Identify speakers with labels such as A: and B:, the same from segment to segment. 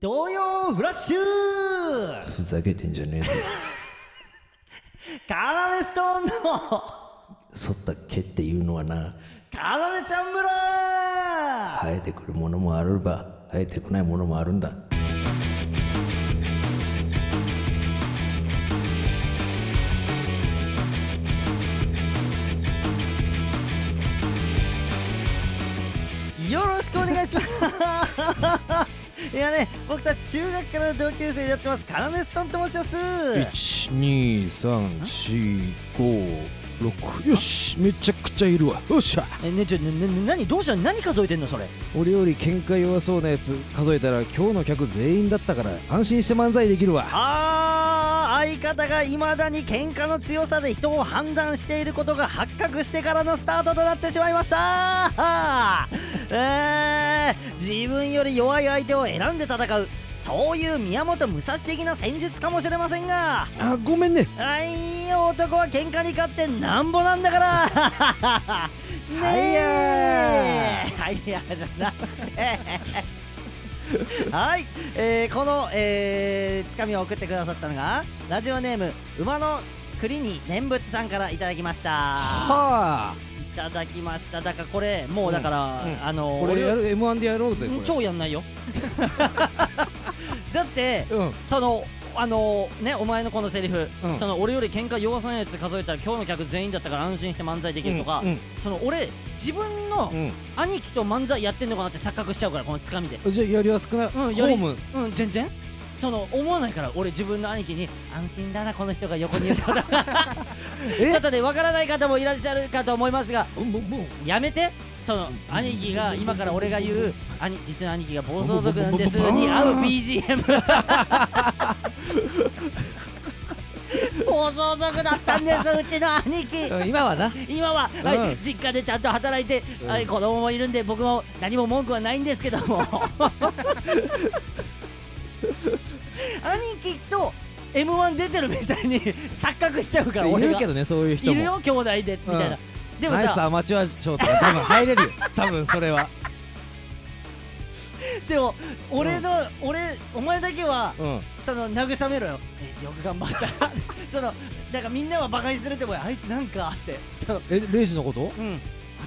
A: 童謡フラッシュ
B: ふざけてんじゃねえぞ。
A: カラメストーンの
B: 剃った毛っていうのはな、
A: カラメちゃん村
B: 生えてくるものもあれば、生えてこないものもあるんだ。
A: よろしくお願いしますいやね、僕たち中学からの同級生でやってますカラメストーンと申します
C: 一二三四五六よしめちゃくちゃいるわよっしゃ
A: え、ね、ちょ、ね、ね、何どうしたの何数えてんのそれ
C: 俺より喧嘩弱そうなやつ数えたら今日の客全員だったから安心して漫才できるわ
A: あー相方が未だに喧嘩の強さで人を判断していることが発覚してからのスタートとなってしまいました えー、自分より弱い相手を選んで戦うそういう宮本武蔵的な戦術かもしれませんが
C: あごめんね
A: あいいよ男は喧嘩に勝ってなんぼなんだ からねえはいやじゃなくてはい、えーこの、えーつかみを送ってくださったのがラジオネーム馬の栗に念仏さんからいただきました
C: はあ
A: いただきましただからこれもうだから、
C: うんうん
A: あの
C: これやる M1 でやろうぜ
A: 俺は
C: これ
A: うん超やん ないよだって、
C: うん
A: そのあのねお前のこのセリフ、
C: うん
A: その俺より喧嘩弱そうなやつ数えたら今日の客全員だったから安心して漫才できるとか、
C: うん
A: その俺自分
C: う
A: の
C: ん
A: 兄貴と漫才やってんのかなって錯覚しちゃうからこのつかみで
C: うんじゃあやりやすくない、
A: うん
C: ホ
A: やり
C: ーム
A: うん全然その思わないから俺自分の兄貴に安心だなこの人が横にいるから
C: え
A: ちょっとねわからない方もいらっしゃるかと思いますが
C: うんうんうん
A: やめてその兄貴が今から俺が言う兄実の兄貴が暴走族なんです
C: ブブブブブブ
A: に合う BGM 暴走族だったんですうちの兄貴
C: うん今はな
A: 今は、は
C: う
A: い
C: ん、
A: 実家でちゃんと働いて、
C: うん
A: はい、子供もいるんで僕も何も文句はないんですけど も兄貴と m 1出てるみたいに錯覚しちゃうから
C: い
A: 俺
C: る
A: が
C: けどねそういう人も
A: いるよ兄弟でみたいな、でも
C: ナイス
A: さ
C: アマチュア賞とか多分入れるよ 多分それは
A: でも俺の、俺お前だけは
C: うん
A: その慰めろよ、ねえ、よく頑張った そのなんかみんなはバカにするってもあいつなんかってその
C: えレイジのこと
A: うん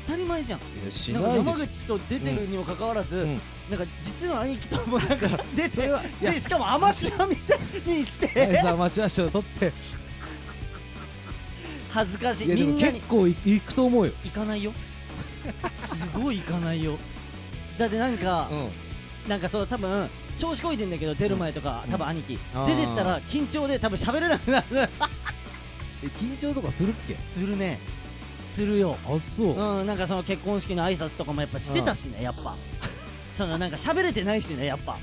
A: 当たり前じゃん
C: いやし
A: なんか山口と出てるにもかかわらず、
C: うん
A: なんか実の兄貴とも なんか出
C: それ
A: て
C: はいや
A: でしかもアマチュアみたいにし
C: ナイ
A: て
C: スアマチュア賞取って
A: 恥ずかしい
C: いやで
A: み
C: も
A: んなに
C: 結構い行くと思うよ
A: 行かないよ すごい行かないよだってなんか、
C: う
A: なんかその多分調子こいてんだけど出る前とか、
C: うん
A: 多分兄貴
C: あー
A: 出てったら緊張で多分喋れなくなる
C: ん緊張とかするっけ
A: するねするよ
C: あそう
A: うんなんかその結婚式の挨拶とかもやっぱしてたしね、やっぱ そのなんか喋れてないしねやっぱ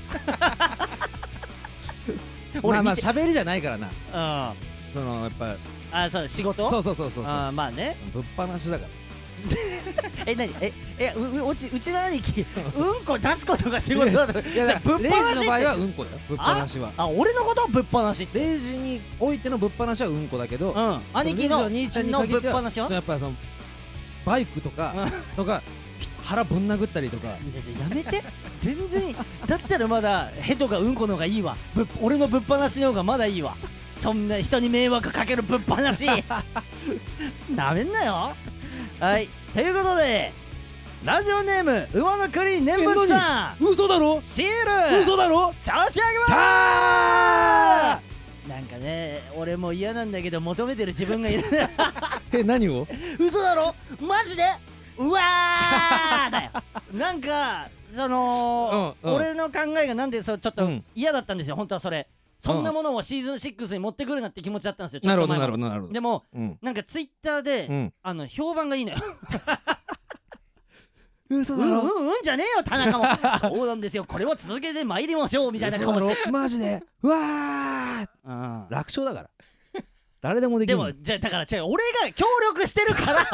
A: 俺
C: まあまあ
A: 見て
C: 喋りじゃないからな
A: うん
C: そのやっぱ
A: あそう仕事
C: そううそうそうそうそう
A: あーまあね
C: ぶっ放しだから
A: え何ええうううちうちの兄貴 うんこ出すことが仕事だと
C: いや
A: それ
C: だか
A: ぶ
C: ら
A: っ放
C: レイジ
A: し
C: の
A: っ
C: 場合
A: て
C: はうんこだよぶっ放しは
A: あ俺のことをぶっ放しって
C: レイジにおいてのぶっ放しはうんこだけど
A: うん兄貴の
C: 兄ちゃんに
A: の
C: 限
A: ぶ
C: って
A: っ放しは
C: そのやっぱそのバイクとかとかひ腹ぶん殴ったりとか
A: いやいややめて全然だったらまだヘとかうんこの方がいいわぶっ俺のぶっ放しの方がまだいいわそんな人に迷惑かけるぶっ放しなめんなよはいということでラジオネーム馬の栗念仏さん
C: 嘘だろ
A: シール
C: 嘘だろ
A: 差し上げま
C: た
A: すなんかね俺も嫌なんだけど求めてる自分がいる
C: ーえ何を
A: 嘘だろマジでうわー だよなんかその、
C: うんうん
A: 俺の考えがなんでそうちょっと
C: うん
A: 嫌だったんですよ本当はそれそんなものをシーズン6に持ってくるなって気持ちだったんですよちょ
C: な
A: っ
C: る
A: と
C: ほど
A: 前ま
C: なる
A: で
C: ほどなるほど
A: でも
C: うん
A: なんかツイッターで、
C: うん
A: あの評判がいいのよ
C: 嘘
A: うんうんうんじゃねえよ田中 もそうなんですよこれを続けて参りましょうみたいな顔して、
C: マジでうわー
A: うん
C: 楽勝だから誰でもでき
A: で
C: る
A: もじゃあだから違う俺が協力してる から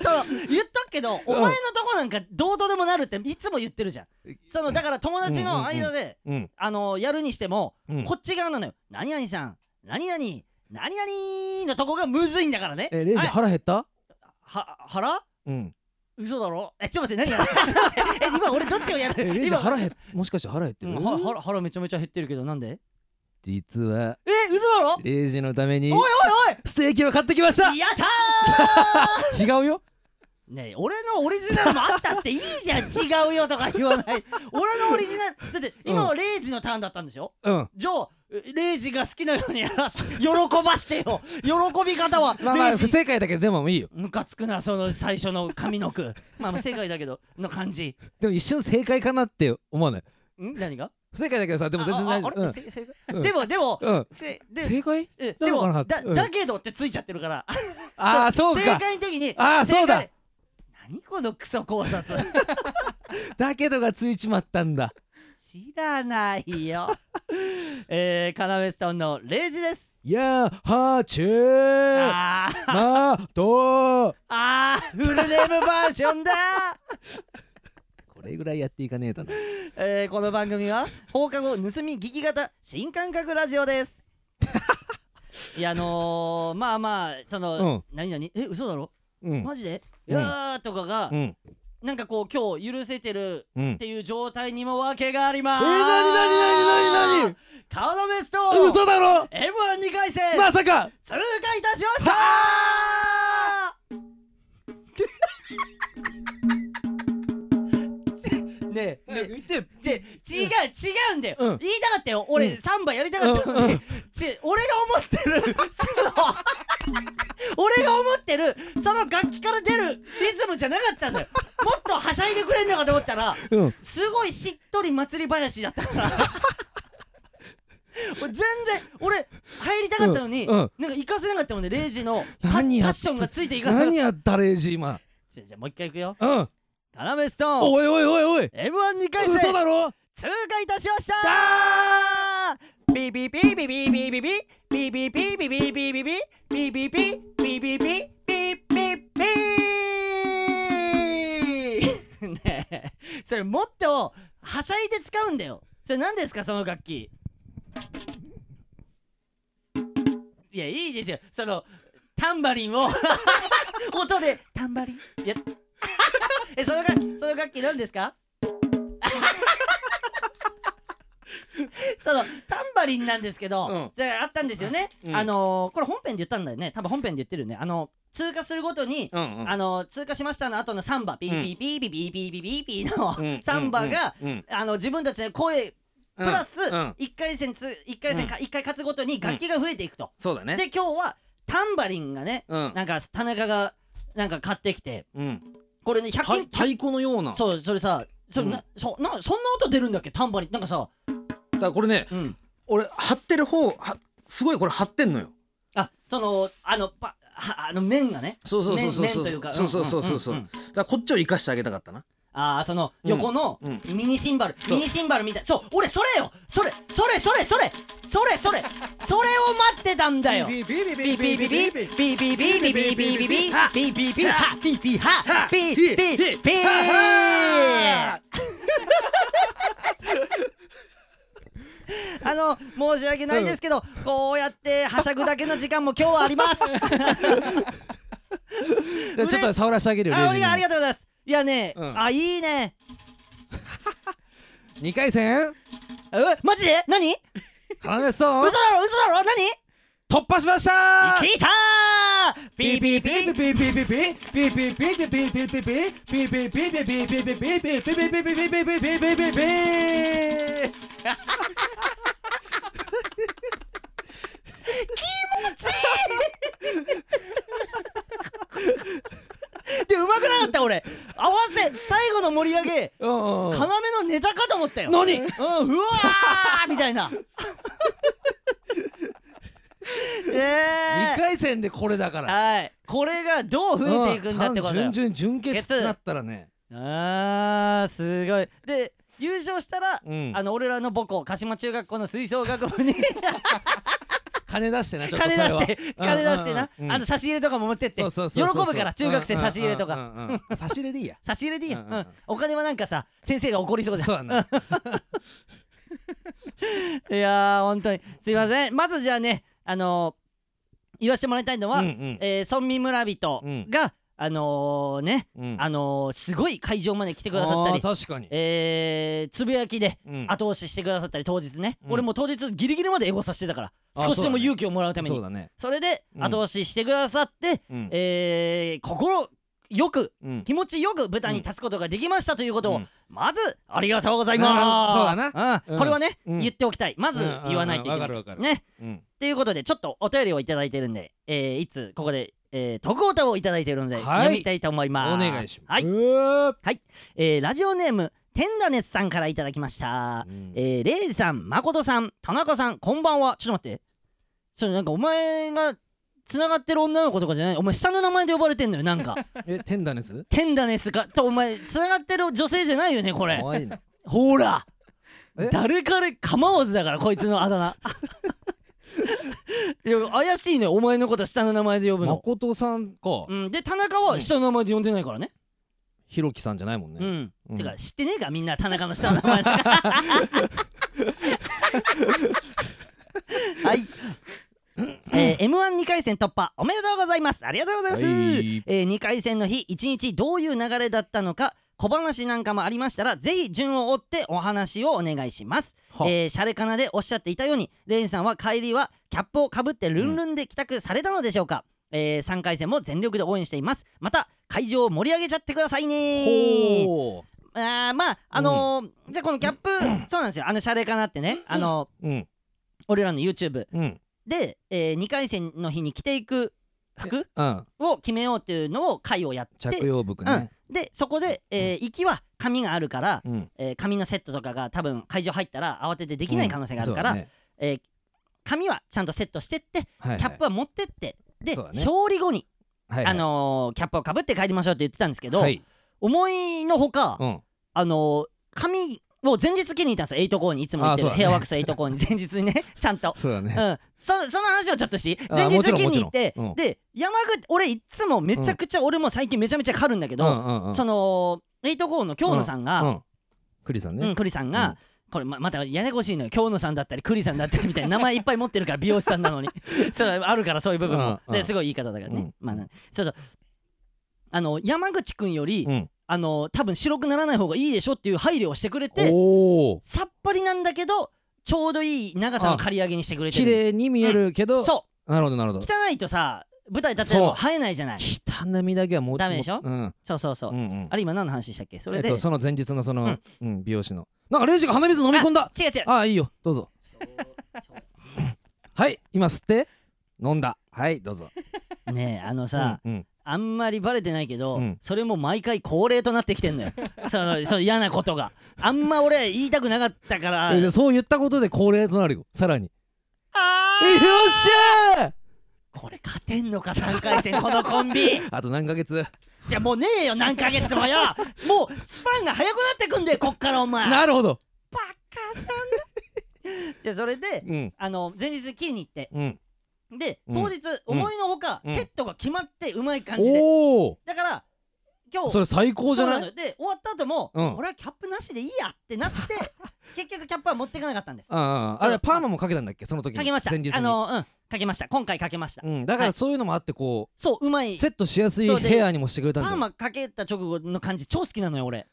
A: そう言っとくけど、お前のとこなんかどうとでもなるっていつも言ってるじゃんそのだから友達の間で、
C: うん
A: あのやるにしても、
C: うん
A: こっち側なのよ何々さん何々何々のとこがむずいんだからね
C: えレイジ
A: あ
C: 腹減った
A: は腹
C: うん
A: 嘘だろえちょっと待って何がちょっと待っ てえ今俺どっちをや
C: え
A: る
C: レイジ
A: 今
C: 腹減っもしかして腹減って
A: う
C: る
A: んは腹腹めちゃめちゃ減ってるけどなんで
B: 実は
A: え嘘だろ
B: レイジのために
A: おいおい
B: ステーキを買ってきました
A: おいやったー
C: 違うよ
A: ねえ俺のオリジナルもあったっていいじゃん違うよとか言わない俺のオリジナルだって今はレイジのターンだったんでしょ
C: うん
A: じゃあレイジが好きなようにやらす喜ばしてよ喜び方は
C: まあま
A: レイ
C: あ
A: ジ
C: 不正解だけどでもいいよ
A: ムカつくなその最初の髪の句まあまあ正解だけどの感じ
C: でも一瞬正解かなって思わない
A: ん何が
C: 不正解だけどさでも全然大丈
A: あああれ
C: 夫
A: せ正解
C: うん
A: でもでも
C: うんうん
A: せで
C: 正解
A: え
C: な
A: で
C: のか
A: も
C: な
A: だ
C: うん
A: だけどってついちゃってるから
C: ああそう
A: 正
C: か
A: 解の時に
C: あーそ
A: 正
C: うだ
A: 解で何このクソ考察
C: だけどがついちまったんだ
A: 知らないよ えーカナウェストンのレイジです
C: やーはちー
A: あー
C: まとー
A: あーフルネームバージョンだ
B: これぐらいやっていかねえだな
A: えーこの番組は放課後盗み聞き型新感覚ラジオです いやあのー、まあまあその、何々え嘘だろ、
C: うん
A: マジで、
C: う
A: い
C: ん
A: やーとかが、
C: うん
A: なんかこう今日許せてる
C: うん
A: っていう状態にもわけがありま
C: え
A: す
C: ー、なになになになに
A: カナウェスト
C: なに嘘だろ
A: M12 回戦、
C: まさか
A: 通過いたしました ねえ、ねえ
C: 言って
A: じゃ違う違うんだよ、
C: うん
A: 言いたかったよ俺、
C: うん
A: サンバやりたかったの
C: うんう
A: に、
C: ん
A: ち俺が思ってる その俺が思ってるその楽器から出るリズムじゃなかったんだよもっとはしゃいでくれんのかと思ったら
C: うん
A: すごいしっとり祭り林だったから 俺全然俺入りたかったのに、
C: うんうん
A: なんか行かせなかったもんねレイジのパパ
C: 何や
A: ッ
C: っ
A: ションがついていかなかった
C: 何やったレイジ今
A: じゃあじゃあもう一回行くよ
C: うん
A: カナメストーン
C: おいおいおいおい
A: M12 回戦
C: 嘘だろ
A: 通過いたしましたピピピピピピピピピピピピピピピピピピピピピピピピピねえそれもっとはしゃいで使うんだよそれ何ですかその楽器いやいいですよそのタンバリンを音でタンバリンいやえその楽その楽器何ですかそのタンバリンなんですけど、
C: うん
A: それあったんですよね、
C: うん
A: あのーこれ本編で言ったんだよね多分本編で言ってるよねあの通過するごとに、
C: うんうん
A: あの通過しましたの後のサンバピーピーピーピーピーピーピーピーピーの、サンバが、
C: うん
A: あの自分たちの声プラス
C: うん
A: 1回戦つ一回戦か一回勝つごとに楽器が増えていくと、
C: そうだね
A: で今日はタンバリンがね、
C: うん
A: なんか田中がなんか買ってきて
C: うん
A: これね100
C: 太
A: 均
C: 太鼓のような
A: そうそれさそれな、そうなそんな音出るんだっけタンバリンなんかさ、
C: だからこれね
A: うん、
C: 俺張ってる方はすごいこれ張ってんのよ
A: あそのあのパはあの面がね
C: そうそうそうそう
A: 面
C: そ
A: 面と
C: う
A: いうか
C: そうそうそうそうそうん
A: ん
C: だ
A: んん
C: からこっちを生かしてあげたかったな
A: ああその横の
C: うん
A: ミニシンバル、
C: そう
A: ミニシンバルみたいそう俺それよそれそれそれそれそれそれそれを待ってたんだよビビビビビビビビビビビビビビビビビビハビビハビビビビあの申し訳ないですけど、こうやってはしゃぐだけの時間も今日はあります。
C: ちょっと触らせてあげるよ
A: あお
C: レイ
A: り
C: ジ
A: がありがとうございます。いやね、
C: うん
A: あいいね。
C: 2回戦
A: えマジで何？嘘
C: 花メス
A: だ
C: トー
A: ろ
C: ン
A: 嘘だろ何？
C: 突破しましたー
A: 聞いたー。ピーピーピー。で上手くなかった俺。合わせ最後の盛り上げ。要のネタかと思ったよ
C: 何
A: うん、うわーみたいな えー、はいこれがどう増えていくんだってことよあーすごいで優勝したら、
C: うん
A: あの俺らの母校鹿島中学校の吹奏楽部に 金出して金出してな、あの差し入れとかも持ってって喜ぶから中学生差し入れとか、差し入れでいいよ、
C: う
A: うんん
C: うんうん
A: お金はなんかさ先生が怒りそうじゃんいやー本当にすいませんまずじゃあねあのー、言わせてもらいたいのは、えー村民村人が、あのーね、
C: うん
A: あのーすごい会場まで来て
C: て
A: くださったり、
C: 確かに
A: えー、つぶやきで
C: うん
A: 後押ししてくださったり当日ね、
C: うん
A: 俺もう当日ギリギリまでエゴさせてたから
C: あ
A: 少しで
C: そうだ
A: も
C: ね
A: 勇気をもらうために
C: そう
A: そ,、
C: だね
A: れで
C: うん
A: 後押ししてくださって、
C: うん
A: えー、心よく
C: うん
A: 気持ちよく舞台に立つことができましたということを、
C: うん
A: まずありがとうございます
C: そうだな
A: うん
C: うん
A: これはね、
C: うん
A: 言っておきたいまず
C: うんうんうん
A: 言わないといけない、
C: わかるわかる
A: ね
C: うん
A: ということでちょっとお便りをいただいてるんで、えー、いつここで、えー、徳太をいただいてるので、
C: はい
A: 読みたいと思います
C: お願いしま
A: はい、
C: すう
A: えー、ラジオネームテンダネスさんからいただきました、
C: ん
A: えー、レイジさん誠さん田中さんこんばんはちょっと待ってそれなんかお前が繋がってる女の子とかじゃないお前下の名前で呼ばれてんのよなんか
C: えテンダネス
A: テンダネスかとお前繋がってる女性じゃないよねこれ
C: 可愛いな
A: ほら
C: え
A: 誰彼構わずだからこいつのあだ 名いや怪しいねお前のこと下の名前で呼ぶの、
C: 誠さんか
A: うん、で田中は下の名前で呼んでないからね
C: ひろきさんじゃないもん
A: う
C: ね
A: ん、
C: うん
A: てか知ってねえかみんな田中の下の名前はいえー、M12 回戦突破おめでとうございますありがとうございます、
C: はい
A: え2回戦の日1日どういう流れだったのか小話なんかもありましたらぜひ順を追ってお話をお願いします
C: は
A: えーシャレかなでおっしゃっていたようにレイジさんは帰りはキャップをかぶってルンルンで帰宅されたのでしょうか、え3回戦も全力で応援していますまた会場を盛り上げちゃってくださいね
C: ほう
A: あーまああのーじゃあこのキャッ プそうなんですよあのシャレかなってねあの
C: うん
A: 俺らの YouTube
C: うん
A: で、え2回戦の日に着ていく服
C: うん
A: を決めようっていうのを会をやって
C: 着用服
A: うん
C: ね、
A: でそこで、えー行きは紙があるから、
C: うん
A: えー紙のセットとかが多分会場入ったら慌ててできない可能性があるから、
C: うんそうだね
A: えー紙はちゃんとセットしてって
C: はいはい
A: キャップは持ってってで、
C: そうだね
A: 勝利後に、
C: はいはい
A: あのーキャップをかぶって帰りましょうって言ってたんですけど、
C: はい
A: 思いのほか、
C: うん
A: あのー紙を前日着に行ったんですよエイトコーにいつも行ってる、
C: あーそうだね
A: ヘアワックスエイト コーに前日にねちゃんと。
C: そうだね
A: うん、そその話をちょっとし
C: あ
A: 前日
C: もちろん
A: 着に行って、
C: もちろんうん
A: で山口俺いつもめちゃくちゃ、俺も最近めちゃめちゃ狩るんだけど、
C: うんうん
A: そのエイトコーの京野さんが、
C: う
A: うん
C: うんん栗さんね
A: 栗さんが、
C: うん
A: これままたややこしいのよ京野さんだったり栗さんだったりみたいな名前いっぱい持ってるから美容師さんなの にそうあるからそういう部分も、
C: うんうん
A: ですごい言い方だからね、
C: うん
A: まあなそうそうあの山口くんより、
C: うん
A: あの多分白くならない方がいいでしょっていう配慮をしてくれて
C: おお
A: さっぱりなんだけどちょうどいい長さの刈り上げにしてくれて
C: 綺
A: る
C: 麗に見えるけど
A: そ
C: なるほどなるほ
A: う
C: ど
A: 汚いとさ舞台立てても生えないじゃない
C: 汚なみだけはもう
A: ダメでしょ
C: うん
A: そうそうそう、
C: うんうん
A: あれ今何の話したっけそ
C: え
A: れ
C: っ
A: で、
C: とその前日のその
A: うん
C: うん美容師のなんかレイジが鼻水飲み込んだ
A: 違う違う
C: ああいいよどうぞ はい今吸って飲んだはいどうぞ
A: ねえあのさ、
C: うんうん
A: あんまりバレてないけど、
C: うん
A: それも毎回恒例となってきて んのよそのその嫌なことがあんま俺言いたくなかったから
C: えでそう言ったことで恒例となるよさらによ
A: あ
C: っ
A: ー
C: しゃー
A: これ勝てんのか3回戦このコンビ
C: あと何ヶ月
A: じゃあもうねえよ何ヶ月 もよもうスパンが早くなってくんだよこっからお前
C: なるほど
A: じゃあそれで
C: うん
A: あの前日切りに行って
C: うん
A: で
C: うん
A: 当日
C: うん
A: 思いのほか、
C: うん
A: セットが決まってうまい感じで
C: おお
A: だから今日
C: それ最高じゃ
A: そう
C: な
A: の
C: い
A: よで終わった後も、
C: うん
A: これはキャップなしでいいやって なって結局キャップは持っていかなかったんです
C: ああああれパーマもかけたんだっけその時に
A: かけました
C: 前日に
A: あのうんかけました今回かけました、
C: うんだか
A: は
C: ら
A: い
C: そういうのもあってこ
A: そううまいう
C: セットしやすい
A: そうで
C: ヘアにもしてくれた
A: パ
C: んじゃ
A: ー
C: んあ
A: マかけた直後の感じ超好きなのよ俺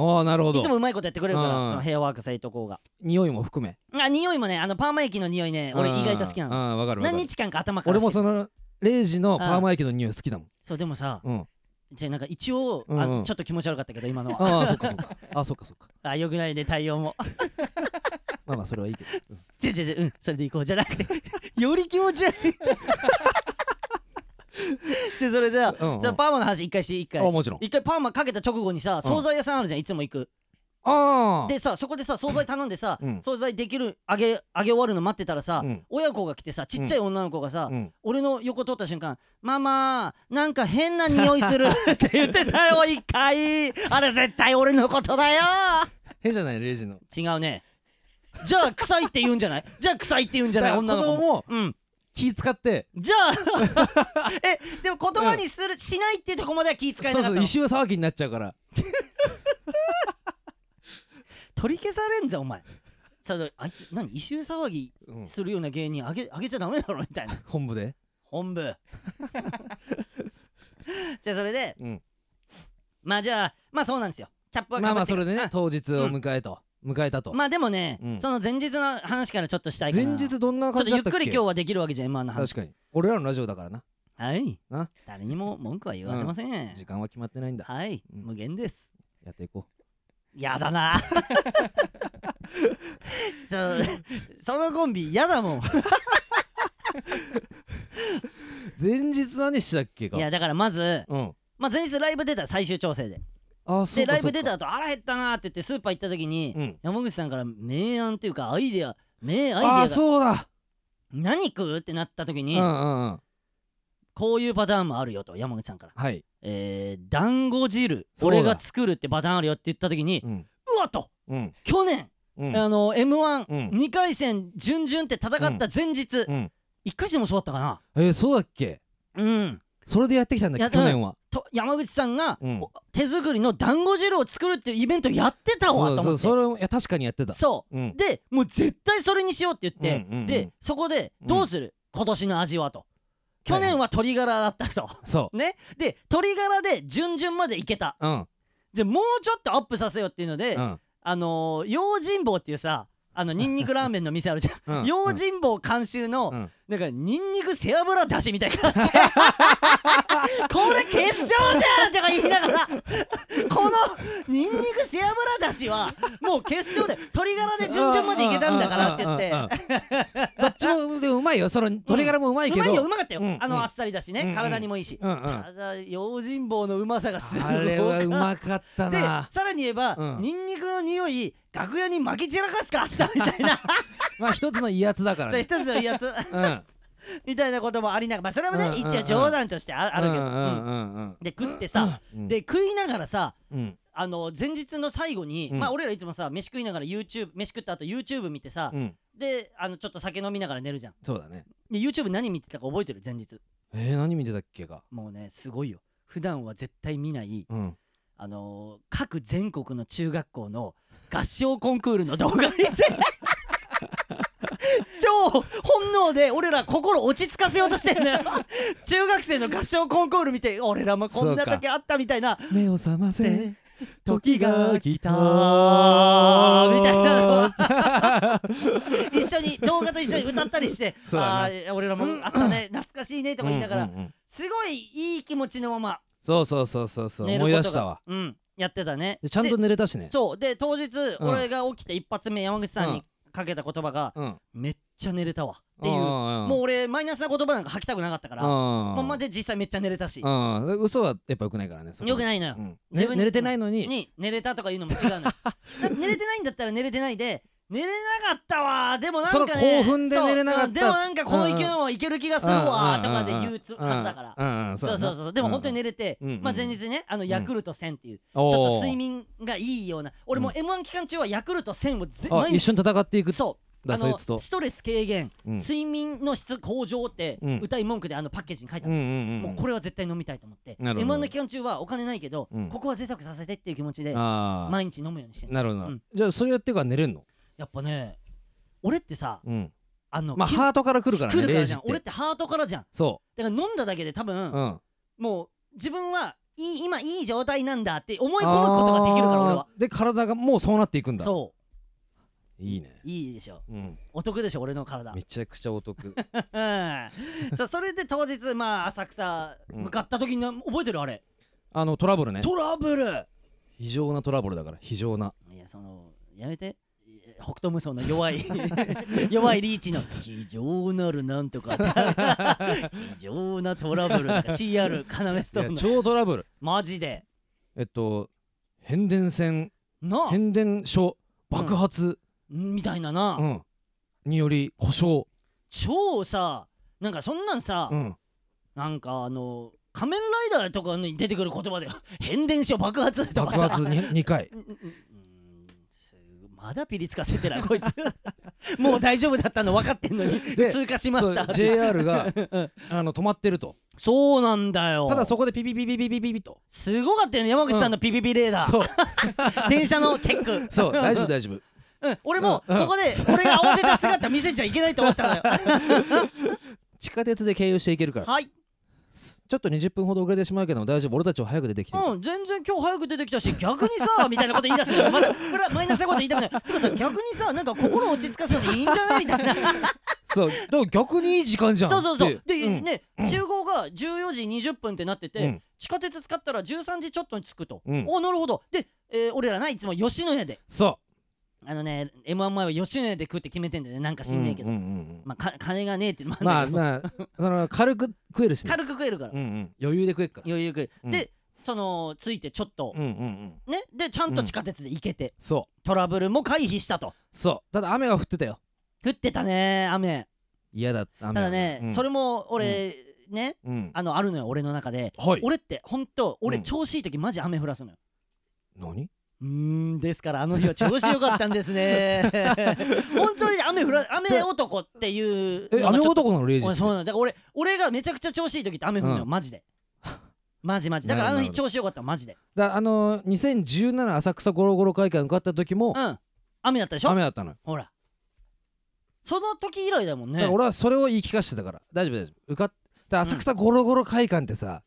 C: あーなるほど
A: いつもうまいことやってくれるから、
C: うん
A: そのヘアワークさえとこうが
C: 匂いも含め
A: あ匂いもねあのパーマ液の匂いね俺意外と好きなの
C: のわかるわか
A: 何
C: る
A: 日間か頭から
C: 俺も
A: して
C: そのレイジのパーマ液の匂い好きだもん
A: そうでもさ
C: うん
A: じゃあなんか一応、
C: うんうん
A: あちょっと気持ち悪かったけど今のは
C: ああそっかそっかあそっかそっか
A: あよくないね対応も
C: まあまあそれはいいけどうん
A: 違う違う違ううんそれでいこうじゃなくて より気持ち悪い でそれで、
C: うんうん
A: そのパーマの話一回して一回
C: あもちろん
A: 一回パーマかけた直後にさ惣菜屋さんあるじゃんいつも行く
C: ああ
A: でさそこでさ惣菜頼んでさ
C: うん
A: 惣菜できる揚げ揚げ終わるの待ってたらさ
C: うん
A: 親子が来てさちっちゃい女の子がさ
C: うん
A: 俺の横通った瞬間「ママなんか変な匂いする」 って言ってたよ一回あれ絶対俺のことだよ
C: 変じゃないレイジの
A: 違うねじゃあ臭いって言うんじゃないじゃあ臭いって言うんじゃない
C: だから
A: 女の子
C: 子
A: も
C: 供も
A: うん
C: 気使って
A: じゃあ えでも言葉にするしないっていうとこまでは気遣いな
C: そう
A: かっ
C: そ
A: た
C: う
A: の
C: 異臭騒ぎになっちゃうから
A: 取り消されんぜお前それあいつ何異臭騒ぎ
C: うん
A: するような芸人あげあげちゃダメだろみたいな
C: 本部で
A: 本部 じゃあそれで
C: うん
A: まあじゃあまあそうなんですよキャップは
C: まあまあ
A: 被
C: そ
A: って
C: れでね当日を迎えと迎えたと
A: まあでもね、
C: うん
A: その前日の話からちょっとしたいか
C: 前
A: な
C: 日どんな
A: ちょっ
C: 感
A: と
C: じだ
A: ゆっ
C: ったっ
A: く
C: け
A: り今日はできるわけじゃん今の話
C: 確かに俺らのラジオだからな
A: はい
C: な
A: 誰にも文句は言わせません、
C: 時間は決まってないんだ
A: はい、
C: うん
A: 無限です
C: やっていこ
A: やだ なそうそのコンビやだもん
C: う前日何したっけか
A: いやだからまず、
C: うん
A: まあ、前日ライブ出た最終調整で
C: あそ
A: で
C: うか
A: ライブ
C: そう
A: 出
C: か
A: た後腹減ったなーって言ってスーパー行った時に、
C: うん
A: 山口さんから名案っていうかアイデア名アイデ
C: あ
A: ア
C: ー
A: が
C: そうだ
A: 何食うってなった時
C: う
A: に、
C: んうんうん
A: こういうパターンもあるよと山口さんから
C: はい
A: えー、団子汁
C: そうだ
A: 俺が作るってパターンあるよって言った時に
C: うん
A: うわと
C: うん
A: 去年、
C: うん
A: あの m 1
C: うん
A: 2回戦準々って戦った前日、
C: うん
A: 1回戦もそうだったかな
C: えーそうだっけ
A: うん
C: それでやってきたんだ
A: や
C: っ
A: っ
C: け去年は
A: と山口さんが、
C: うん
A: お手作りの団子汁を作るっていうイベントやってたわと思って
C: そうそうそれをいや確かにやってた
A: そう
C: うん
A: でもう絶対それにしようって言って、
C: うんうんうん
A: でそこで「どうする、今年の味は」と去年は鶏ガラだったと
C: そ
A: ねで鶏ガラで準々までいけた
C: ううん
A: じゃあもうちょっとアップさせようっていうので、
C: うん
A: あのー、用心棒っていうさあ のニンニクラーメンの店あるじゃ
C: うんん
A: 用心棒監修の、
C: うん
A: なんかニンニク背脂だしみたいなのがあって これ決勝じゃんとか言いながらこのニンニク背脂だしはもう決勝で鶏ガラで順々までいけたんだからって言って
C: うんうんうんうんどっちもでもうまいよその鶏ガラもうまいけど
A: うまいようまかったよ、
C: うん
A: あのあっさりだしね、
C: うん
A: 体にもいいし、
C: うんうん
A: ただ用心棒のうまさがすご
C: あれはう
A: い
C: まかった
A: で
C: な
A: さらに言えば、
C: うん
A: ニンニクの匂い楽屋に負け散らかすかしたみた いな
C: まあ一つの威圧だから
A: それ
C: ね
A: 一つのいいやつ
C: うん
A: みたいなこともありながらまあそれもね、
C: うんうんうん
A: 一応冗談としてああるけど、
C: うんうんうんうん
A: うんで食ってさ、
C: うん
A: で食いながらさ
C: うん
A: あの前日の最後に、
C: うん
A: まあ俺らいつもさ飯食いながら YouTube 飯食った後 YouTube 見てさ、
C: うん
A: であのちょっと酒飲みながら寝るじゃん
C: そうだね
A: で YouTube 何見てたか覚えてる前日
C: えー何見てたっけか
A: もうねすごいよ普段は絶対見ない
C: うん
A: あのー各全国の中学校の合唱コンクールの動画見て 超本能で俺ら心落ち着かせようとしてるのよ中学生の合唱コンクール見て俺らもこんな
C: そう
A: 時あったみたいな
C: 目を覚ませ
A: 時が来たみたいなのを一緒に動画と一緒に歌ったりして「
C: そうだな
A: あー俺らもあったね懐かしいね」とか言いながら、
C: うんうんうん
A: すごいいい気持ちのまま
C: そうそうそうそうそう
A: 寝る
C: 思
A: ことが
C: い出したわ
A: うん、やってたね
C: でちゃんと寝れたしね
A: そうで当日
C: ん
A: 俺が起きて一発目山口さん
C: う
A: にかけた言葉が
C: うんっ
A: 「めっちゃ寝れたわ」っていうもう
C: も
A: 俺マイナスな言葉なんか吐きたくなかったからま
C: ま
A: あまあで実際めっちゃ寝れたし
C: うん嘘はやっぱよくないからね
A: よく
C: い
A: ないのよ自分に
C: 寝れてないのに
A: に寝れたとかいうのも違う のよだって寝れてないんだったら寝れてないで寝れなかったわーでもなんかね
C: その興奮で寝れなかった
A: そううんでもなんかこの勢いはいける気がするわーとかで言うつ
C: うん
A: はずだから
C: うんうん
A: そうそうそうそうでも本当に寝れて
C: うんうん
A: まあ前日ねあの
C: ん
A: ヤクルト1000っていう
C: ちょ
A: ちょっと睡眠がいいような俺も m 1期間中はヤクルト1000をぜ
C: あ
A: 毎
C: 一
A: 日
C: 緒に戦っていく
A: そう
C: だ
A: あ
C: そい
A: の
C: つと
A: ストレス軽減、
C: うん
A: 睡眠の質向上って
C: うん
A: 歌い文句であのパッケージに書いてあ
C: うん
A: る、
C: うんうん
A: もうこれは絶対飲みたいと思って
C: なるほ
A: m
C: ど
A: 1の期間中はお金ないけど、
C: うん
A: ここは贅沢させてっていう気持ちで
C: ああ
A: 毎日飲むようにしてんの
C: なるほどな、
A: うん
C: じゃあそれやってから寝れんの
A: やっぱね俺ってさ
C: うん
A: あの、
C: まあ
A: き
C: ハートから来るからね0
A: じ
C: 時
A: ゃ
C: っ
A: ん俺っててハートからじゃん
C: そ
A: だから飲んだだけで多分、
C: ううん
A: もう自分はいい今いい状態なんだって思い込むことができるから俺は
C: あーで体がもうそうなっていくんだ
A: そ
C: いいね
A: ういいでしょ
C: うん
A: お得でしょ俺の体
C: めちゃくちゃお得
A: うんさあそれで当日まあ浅草向かった時に覚えてるあれ
C: あのトラブルね
A: トラブル
C: 非常なトラブルだから非常ない
A: やそのやめて北斗無双の弱 い弱いリーチの非常なるなんとか 非常なトラブルとか CR カナメス
C: い
A: ト
C: や
A: ーンの
C: 超トラブル
A: マジで
C: えっと変電線
A: なあ
C: 変電所爆発、
A: みたいなな、
C: うんにより故障
A: 超さなんかそんなんさ、
C: うん
A: なんかあの仮面ライダーとかに出てくる言葉で変電所爆発とか
C: 爆
A: さ
C: 発 2, 回
A: うんうんうんすまだピリつかせてないこいつ もう大丈夫だったの分かってんのに
C: で
A: 通過し ました
C: そう JR があの止まってると
A: そうなんだよ
C: ただそこでピピピピピピピピと
A: すごかったよね山口さんのピピピレーダー、
C: そう
A: 電車のチェック
C: そう大丈夫大丈夫
A: うん俺もここで俺が慌てた 姿見せちゃいけないと思ったのよ
C: 地下鉄で経由していけるから
A: はい
C: すちょっと20分ほど遅れてしまうけども大丈夫俺たちは早く出てきてる
A: うん、全然今日早く出てきたし逆にさみたいなこと言い出すのまだこれはマイナスなこと言いたくないてかさ逆にさなんか心落ち着かすのでいいんじゃないみたいな
C: そうだから逆にいい時間じゃん
A: そうそうそう
C: って
A: で、
C: うん
A: ね集合が14時20分ってなってて、
C: うん
A: 地下鉄使ったら13時ちょっとに着くと、
C: うん
A: お なるほどで、えー俺らないつも吉野家で
C: そ
A: あのね m 1前は吉野家で食うって決めてんだよねなんか
C: う
A: 知んねえけど、
C: うんうんうん
A: まあか金がねえっていうのもあ
C: ま
A: る
C: あ
A: んだけど、
C: まあその軽く食えるしね
A: 軽く食えるから、
C: うんうん余裕で食えっから
A: 余裕食える、
C: うん
A: でそのついてちょっと、
C: うんうんうん
A: ねでちゃんと地下鉄で行けて、
C: そ
A: トラブルも回避したと
C: うそうただ雨が降ってたよ
A: 降ってたね雨
C: 嫌だった
A: た
C: 雨
A: だね、それ
C: も
A: も俺、ね
C: うん
A: あのあるのよ俺の中で
C: はい
A: 俺ってほんと俺
C: うん
A: 調子いい時マジ雨降らすのよ
C: 何
A: うーんですからあの日は調子良かったんです ね本当に雨降ら雨男っていう
C: え
A: のが
C: 雨
A: ちょっと
C: 男なのレイジっ
A: 俺
C: て
A: そうなのだから俺俺がめちゃくちゃ調子いい時って雨降るのよ、
C: うん
A: マジでマジマジだからあの日
C: なるほど
A: 調子良かったマジで
C: だあのー2017浅草ゴロゴロ会館受かった時も
A: うん雨だったでしょ
C: 雨だったのよ
A: ほらその時以来だもん
C: だ
A: ね
C: から俺はそれを言い聞かしてたから大丈夫大丈夫受かっだから浅草ゴロゴロ会館ってさ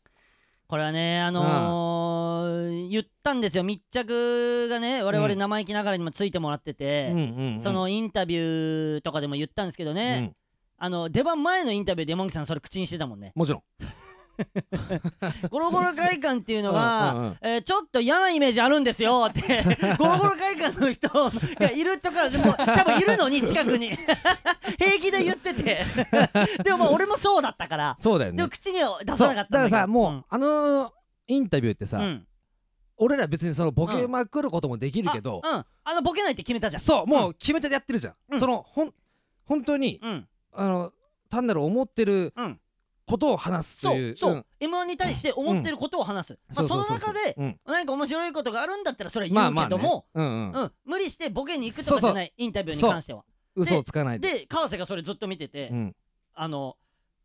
A: これはねあのー言ったんですよ密着がね我々
C: うん
A: 生意気ながらにもついてもらってて、そのインタビューとかでも言ったんですけどね、
C: うん
A: あの出番前のインタビューで山木さんそれ口にしてたもんね
C: もちろん
A: ゴロゴロ会館っていうの
C: う
A: が
C: んうんうん
A: えーちょっと嫌なイメージあるんですよって ゴロゴロ会館の人がいるとかでも多分いるのに近くに 平気で言って てでもまあ俺もそうだったから
C: そうだよ
A: で
C: ね
A: も口には出
C: そ
A: さ
C: う
A: なかったんだ
C: だから
A: けど
C: さもうあのーインタビューって
A: う
C: さ
A: んうん
C: 俺ら別にそのボケまくることもできるけど
A: あうん、あのボケないって決めたじゃん
C: そうもう決めてやってるじゃ
A: うん
C: んそのほん本当に
A: うん
C: あの単なる思ってる
A: うん
C: ことを話すと
A: そ
C: いう
A: うそう、
C: ん
A: m 1に対して思ってることを話す、まあ、その中で
C: うん
A: 何か面白いことがあるんだったらそれ
C: ま
A: は言
C: あ
A: う
C: まあ
A: けど
C: ね
A: も、
C: うんうん
A: うん、無理してボケに行くとかじゃないインタビューに関しては
C: 嘘をつかないで
A: で川瀬がそれずっと見てて、
C: うん
A: あの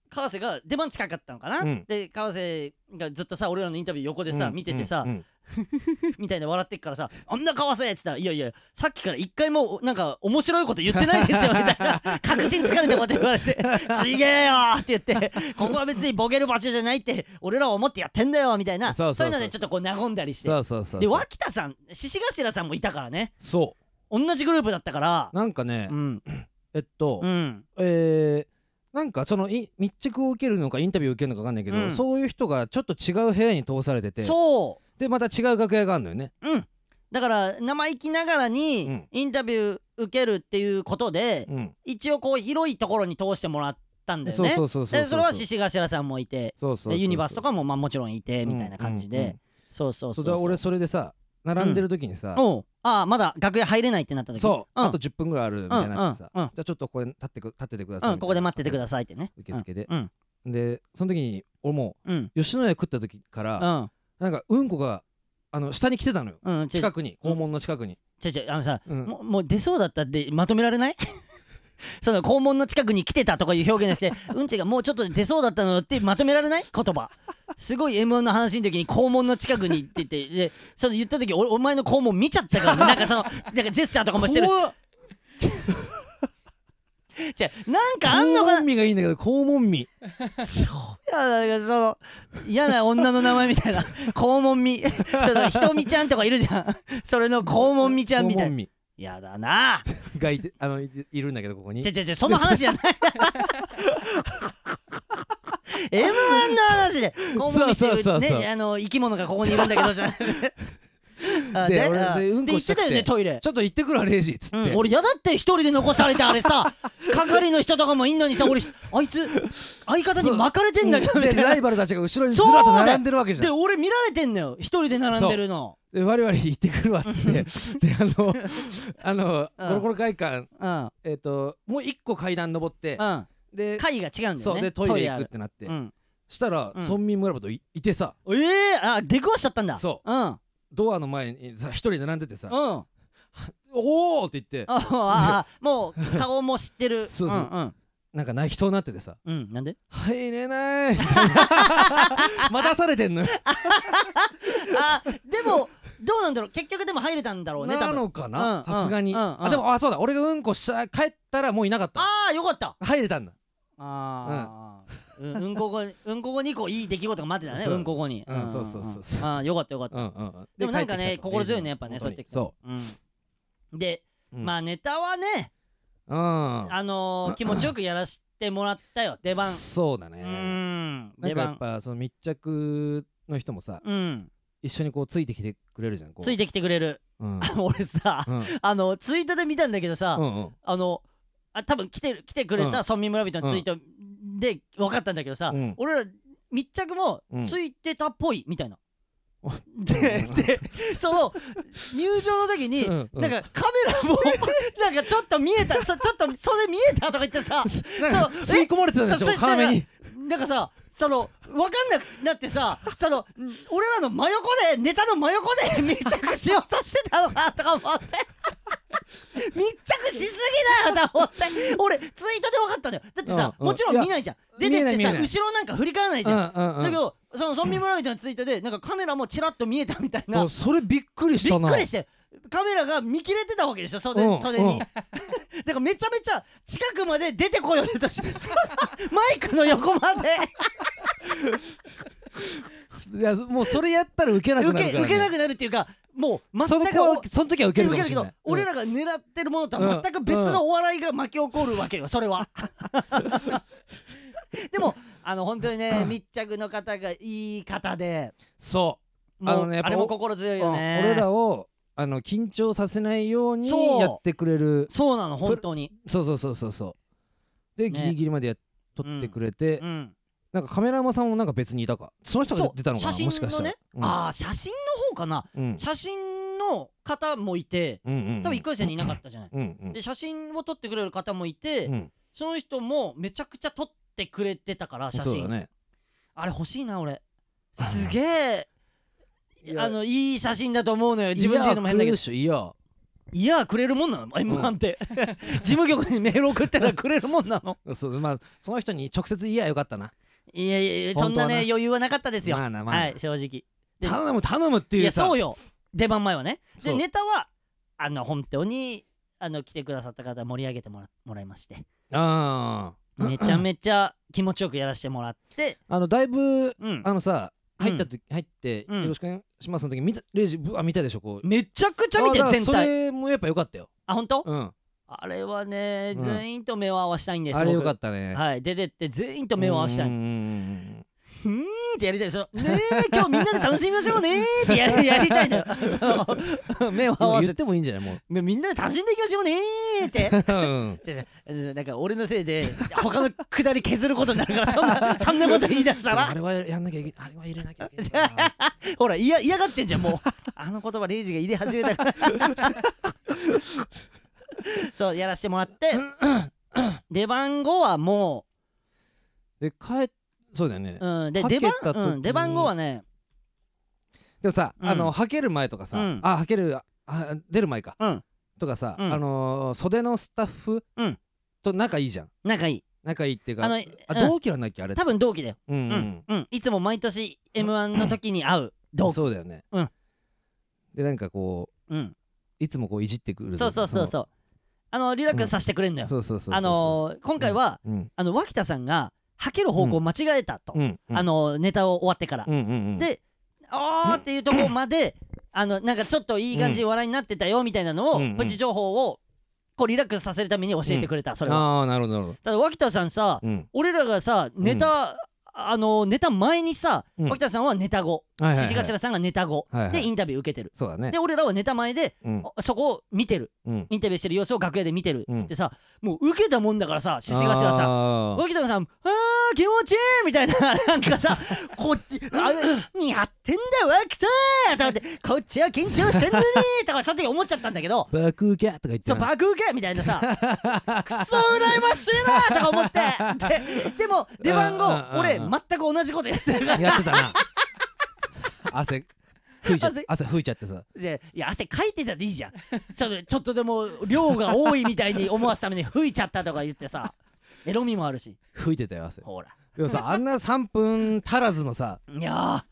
A: 川瀬が出番近かったのかな、
C: うん
A: で川瀬がずっとさ俺らのインタビュー横でさ、
C: うん
A: 見ててさ、
C: うんうん
A: みたいな笑ってっからさ「あんな川瀬!」っつったら「いやいやさっきから一回もなんか面白いこと言ってないですよ」みたい な「確信つかれても」って言われて「ちげえよ!」って言って「ここは別にボケる場所じゃないって俺らは思ってやってんだよ」みたいな
C: そうそうそう
A: いうのでちょっとこう和んだりして
C: そうそうそう
A: で脇田さん獅子頭さんもいたからね
C: そ
A: 同じグループだったから
C: うなんかね
A: うん
C: えっと
A: うん
C: えーなんかそのい密着を受けるのかインタビューを受けるのか分かんないけど、
A: うん
C: そういう人がちょっと違う部屋に通されてて
A: そう
C: でまた違う楽屋があるのよね
A: うん、だから生意気ながら
C: う
A: に
C: ん
A: インタビュー受けるっていうことで、
C: うん
A: 一応こう広いところに通してもらったんだよ
C: そう
A: ね。
C: そうそうそう
A: でそれは
C: そう
A: 獅子頭さんもいて
C: そうそう
A: でユニバースとか
C: も
A: もまあもちろんいてみたいな感じで、そうそうそ
C: そううだから俺それでさ並んでる時にさ、
A: おうああまだ楽屋入れないってなった時
C: そう、
A: ん、
C: あと10分ぐらいあるみ
A: うん
C: た
A: うん
C: い
A: う
C: に
A: ん
C: なってさ、
A: うん
C: じゃあちょっとここで立ってく立っててくださいみたいな
A: ここで待っててくださいってね
C: 受付で、
A: うん
C: でその時に俺も
A: うん
C: う吉野家食った時から、
A: うん
C: なんかうんこがあの下に来てたのよ
A: うんちょ
C: 近くに肛門の近くに、
A: ちょちょあのさ、
C: うん
A: もうもう出そうだったってまとめられない その肛門の近くに来てたとかいう表現じゃなくて うんちがもうちょっとで出そうだったのってまとめられない言葉すごい m 1の話の時に肛門の近くに行っててでその言った時おお前の肛門見ちゃったからねなんかそのなんかジェスチャーとかもしてるし
C: こわ
A: じゃあなんかあんの
C: 肛
A: か
C: 門味がいいんだけど肛門味
A: なそうやなんかその嫌な女の名前みたいな肛門み そのひとみちゃんとかいるじゃんそれの肛門みちゃんみたい
C: 肛門
A: な
C: 味
A: やだな
C: がいてあのいいるんだけどここに
A: ちょちょちょその話じゃない M1 の話でコンビって
C: そうそうそうそう
A: ねあの生き物がここにいるんだけどじゃなあ
C: で
A: で
C: 俺
A: あ
C: でうん
A: で言
C: こ
A: っ
C: した
A: て
C: く
A: た
C: て
A: よねトイレ
C: ちょっと行ってくるわレイジっつって、
A: うん、俺やだって一人で残されてあれさ 係の人とかもいんのにさ俺あいつ相方に巻かれてんだけどみ
C: で
A: たい
C: ラ
A: な
C: イバルたちが後ろにずらっと並んでるわけじ
A: で
C: ゃん
A: 俺見られてんのよ一人で並んでるの
C: で我々行ってくるわっつってであのあの
A: うん
C: コロコロ会館
A: うん
C: えっ、ともう一個階段登って
A: うん
C: で
A: 会が違うんだよね
C: そうでトイレ行くっ
A: あ
C: てなって
A: るうん
C: したら
A: うん
C: 村民村人いいてさ
A: ええあ出くわしちゃったんだ
C: そう
A: うん
C: ドアの前にさ一人並んでてさ
A: うん
C: 「おお!」って言って
A: あああもう顔も知ってる
C: そうそうん
A: うん
C: なんか泣きそうになっててさ
A: うんなん で
C: 「入れない」みたい な待たされてんのよ
A: あでもどうなんだろう結局でも入れたんだろうね多
C: な
A: 分
C: のかな
A: うん
C: さすがに
A: うんうん
C: あでもあそうだ俺がうんこした帰ったらもういなかった
A: ああよかった
C: 入れたんだ
A: ああ、うん、うんこ後うんこ後にこういい出来事が待ってたね
C: そう
A: うんこ後に
C: うんそうそうそうそうん
A: ああよかったよかった、
C: うんうんうん
A: でもなんかね
C: 帰ってきたと
A: 心強いねやっぱねそうやって
C: そ
A: うん、で、
C: うん
A: まあネタはね
C: ううん
A: あのー、気持ちよくやらせてもらった よ出番
C: そうだ
A: う
C: ね
A: ん
C: な
A: 出
C: んかやっ
A: 番
C: ぱその密着の人もさ
A: うん
C: 一緒にこうついてきてくれるじゃんこう
A: ついてきてくれる
C: うん
A: 俺さ
C: うん
A: あのツイートで見たんだけどさ、
C: うんうん
A: あのあ多分来てる来てくれた
C: うん
A: 村民村人のツイートで分かったんだけどさ、
C: うん
A: 俺ら密着も
C: うん
A: ついてたっぽいみたいな。
C: お
A: で
C: うん
A: でその入場の時に、
C: うんうん
A: なんかカメラもなんかちょっと見えたそちょっとそれ見えたとか言って さ
C: なんか
A: そう
C: 吸い込まれてたでし
A: そ
C: ょ
A: そしたら
C: カーメに
A: なんかさその分かんなくなってさそのん俺らの真横でネタの真横で密着しようとしてたのかとか思って密着しすぎだよと思って俺ツイートで分かったんだよだってさ、
C: うんうん
A: もちろん見ないじゃん出て
C: 見えな
A: っ
C: い
A: て
C: 見
A: さ
C: えない
A: 後ろなんか振り返らないじゃん、
C: うんうんうん
A: だけどその村民村人のツイートでなんかカメラもちらっと見えたみたいな
C: あそれびっくりした
A: びっ
C: な
A: くりしてカメラが見切れてたわけでしょ袖,、
C: うん
A: 袖に、
C: うん
A: だからめちゃめちゃ近くまで出てこようとして マイクの横まで
C: いやもうそれやったら受けなくな
A: 受
C: るから
A: け
C: ね
A: 受けなくなるっていうかもう全く
C: その子はその時は受けるかもし
A: け
C: れ
A: ど
C: ない
A: 俺
C: ら
A: らが狙ってるものとは全く別のお笑いが巻き起こるわけよそれ はでもあの本当にね密着の方がいい方で
C: そう
A: もう
C: あのねやっぱ
A: あれも心強い
C: うん
A: よね
C: 俺らをあの緊張させないように
A: そう
C: やってくれる
A: そうなの本当に
C: そうそうそうそうそう
A: ね
C: で、ギリギリまでやっ撮ってくれて、
A: うん
C: なんかカメラマンさんもなんか別にいたかその人が
A: そう
C: 出たのか
A: 写
C: な
A: 真の
C: もしかしたら
A: ね、ああ写真の方かな
C: うん、うん
A: 写真の方もいて
C: うんうんうん
A: 多分一回戦にいなかったじゃない、
C: うんうん
A: で写真を撮ってくれる方もいて、
C: うん
A: その人もめちゃくちゃ撮ってくれてたから写
C: そう
A: 真、
C: だね
A: あれ欲しいな 俺すげ
C: い
A: え
C: や
A: あのいい写真だと思うのよ自分で言うのも変だけど
C: いや
A: いやくれるもんなの m 1って 事務局にメール送ったらくれるもんなの
C: 来るっしょいやそうまあその人に直接言いやよかったない
A: やいやそ
C: 本
A: ん
C: 当
A: な
C: はな
A: ね余裕はなかったですよ、
C: まあなまあな
A: はい正直で
C: 頼む頼むって
A: い
C: い
A: や
C: うさ
A: そうよ出番前はね
C: そ
A: で
C: う
A: ネタはあの本当にあの来てくださった方盛り上げてもらもらいまして
C: あー
A: めちゃめちゃ気持ちよくやらせてもらって
C: あのだいぶ
A: うん
C: あのさ
A: うん
C: 入った時、入って、
A: うん
C: よろしくお願いしますの時見たレイジぶわ見たでしょこう
A: めちゃくちゃ見て
C: あ
A: る
C: だから
A: 全
C: そ
A: 体
C: れもやっぱよかったよ
A: あ本当
C: うん
A: あれはね
C: うん
A: 全員と目を合わしたいんです
C: あれよか
A: た
C: ったね
A: はい出てって全員と目を合わしたい
C: うん
A: う
C: うんうん
A: ーんってやりたいそのねえ今日みんなで楽しみましょうねーってやりやりたいのよそ の目を合
C: うん
A: わ
C: 言っ
A: せて
C: てもいいんじゃないもう
A: みんなで楽しんでいきましょうねーって
C: うん
A: 違う違うなんか俺のせいで他のくだり削ることになるからそん なそんなこと言い出した
C: あ
A: ら
C: れはやんなきゃいけあれは入れなきゃいけ ないな
A: ほら嫌嫌がってんじゃんもうあの言葉レイジが入れ始め たからそうやらしてもら って出番後はも
C: で帰っそうだよね
A: う、うん、で
C: は
A: 出
C: け
A: 番
C: た、
A: うん、
C: 時
A: 出番後はね
C: でもさ
A: うん
C: あのはける前とかさ
A: うん
C: あはけるあ出る前か
A: うん
C: とかさ
A: うん
C: あのー袖のスタッフ
A: うん
C: と仲いいじゃん
A: 仲いい
C: 仲いいっていう
A: あ
C: か
A: の
C: あ
A: うん
C: 同期なんだっけあれ
A: 多分同期だよ、
C: うん
A: う
C: うんん
A: うんいつも毎年 m 1の時に会う同期
C: そうだよね
A: うん
C: でなんかこう
A: うん、
C: いつもこういじってくる
A: そうそうそう
C: そ
A: そうあのリラックスさせてくれんのよ
C: の、そうそうそうそう
A: あのー今回は、
C: うん
A: あの脇田さんがはける方向を間違えたと、
C: うんうん
A: あのネタを終わってから、
C: うんうんうん
A: で「あー」っていうところまであのなんかちょっといい感じに笑いになってたよみたいなのを、
C: うんうん
A: プチ情報をこうリラックスさせるために教えてくれた、それは
C: ああなるほどなるほど
A: ただ脇田さんさ、
C: うん
A: 俺らがさネタ、あのネタ前にさ、
C: うん
A: 脇田さんはネタ後
C: はいはいはい
A: 獅子頭さんがネタ後、
C: はいはい
A: でインタビュー受けてる、
C: そうだね
A: で俺らはネタ前で
C: うん
A: あそこを見てる
C: うん
A: インタビューしてる様子を楽屋で見てる、
C: うん
A: ってさもう受けたもんだからさ獅子頭さん
C: あー
A: 脇田さん「あー気持ちいい!」みたいな なんかさこっ ち「あ似合ってんだ脇田!」と思って「こっちは緊張してんのに!」とかその時思っちゃったんだけど
C: 爆受けとか言
A: 「
C: っ
A: そう
C: てな
A: 爆受け!」みたいなさ「くそ羨ましいな!」とか思 ってででも出番
C: うんうんうんう
A: 後
C: ん
A: 俺全く同じことやってるから
C: やって たな汗吹いちゃって汗吹いちゃってさ
A: でいや汗かいてたでいいじゃんそれちょっとでも量が多いみたいに思わすために吹いちゃったとか言ってさエロみもあるし
C: 吹いてたよ汗
A: ほら
C: でもさあんな3分足らずのさ
A: いや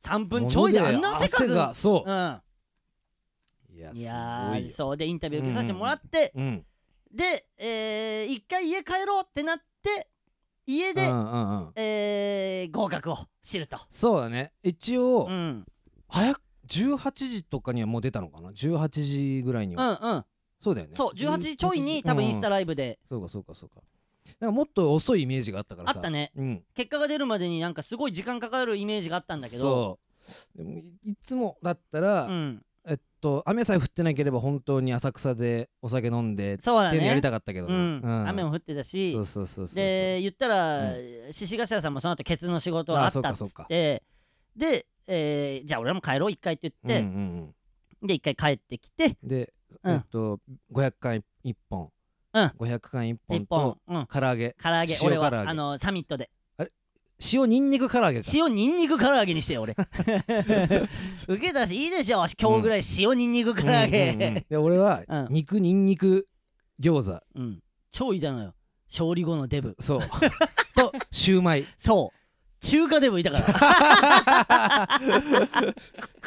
A: ー3分ちょいであんな汗か
C: もので汗が
A: く
C: そ
A: うん
C: ういや
A: いやー
C: す
A: そうでインタビュー受けさせてもらって、
C: ごいようん
A: で、えー一回家帰ろうってなって家
C: う
A: で、
C: んうんうん、
A: えー合格を知ると。
C: そうだね一応、
A: うん、うん
C: 早く18時とかにはもう出たのかな18時ぐらいに
A: う
C: は、
A: ん
C: そうだよね
A: そう18時ちょいに多分インスタ
C: ラ、
A: ライブで
C: うんそうかそうかそうかなんかもっと遅いイメージがあったから
A: あ
C: さ
A: ったね
C: うん
A: 結果が出るまでになんかすごい時間かかるイメージがあったんだけど
C: そうでもいいつもだったら、
A: うん
C: えっと雨さえ降ってなければ本当に浅草でお酒飲んでって
A: そうだ
C: いうのやり
A: ね
C: たかったけど
A: う
C: ね、
A: ん
C: うん
A: 雨も降ってたし
C: そうそうそうそう
A: で言ったら
C: う
A: 獅子頭さんもその後ケツの仕事があったっ
C: あ
A: つ
C: そうか
A: っ
C: そうか
A: てでえーじゃあ俺らも帰ろう一回って
C: うんう
A: 言って
C: ん
A: で一回帰ってきて
C: うん、で、
A: うん
C: えっと500缶1本、
A: うん
C: 500缶1本
A: 一
C: と
A: 本うん
C: 唐揚げ
A: 唐揚げ
C: 塩
A: 俺は
C: 唐揚げ
A: あのサミットで
C: 塩にんにく唐揚げか
A: 塩にんにく唐揚げにして よ俺受けたらしいいでしょ今日ぐらい塩にんにく唐揚
C: うんうんうん
A: げ
C: で俺は
A: うん
C: 肉にんにく餃子
A: うん超いたのよ勝利後のデブ
C: そう とシューマイ
A: そう中華デブいたから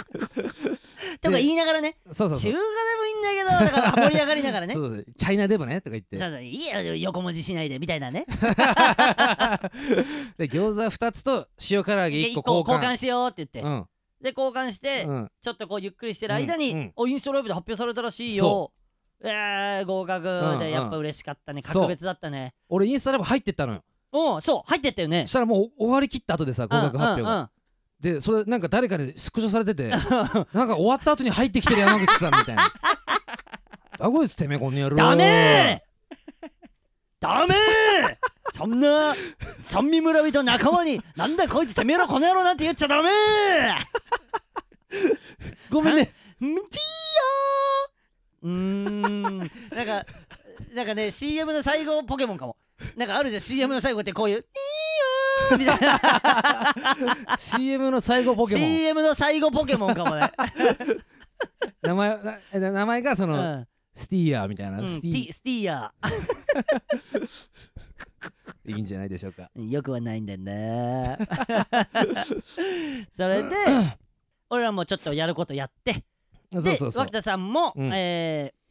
A: とか言いながらね
C: そうそう
A: 中華デ
C: そう
A: ブいいんだけどだから盛り上がりながらね
C: そうそうチャイナデブねとか言って
A: そうそういいよ横文字しないでみたいなね
C: で餃子2つと塩唐揚げ
A: で
C: 1
A: 一
C: 個
A: 個
C: 交
A: 交
C: 換
A: 換しようって言って、
C: うん
A: で交換して、
C: うん
A: ちょっとこうゆっくりしてる間に、
C: うんうん
A: おインスタライブで発表されたらしいよえー、合格
C: うんうん
A: でやっぱ嬉しかったね、
C: そう
A: 格別だったね
C: 俺インスタライブ入ってったのよ
A: おうそう入ってったよね
C: そしたらもう終わり切った後でさ合格発表
A: うんうん
C: がでそれなんか誰かにスクショされ ててなんか終わった後に入ってきてる山口さんみたいなだこいつてめえこんな野郎
A: ダメーダ メーそんな三味村人仲間になんだこいつてめえらこの野郎なんて言っちゃダメー
C: ごめんね
A: んちーよーうーんなんかなんかね CM の最後ポケモンかもなんかあるじゃん CM の最後ってこういう「いいよー」みたいな
C: CM の最後ポケモン
A: CM の最後ポケモンかも ね、
C: 名前なえ名前がそうの
A: ん
C: スティーヤーみたいな
A: うん、
C: ス
A: テ
C: ティ
A: ィスティーヤ
C: いいんじゃないでしょうか
A: ーよくはないんだよ ねそれで俺らもちょっとやることやって
C: そう
A: で
C: そうそう
A: 脇田さんも、
C: うん
A: えー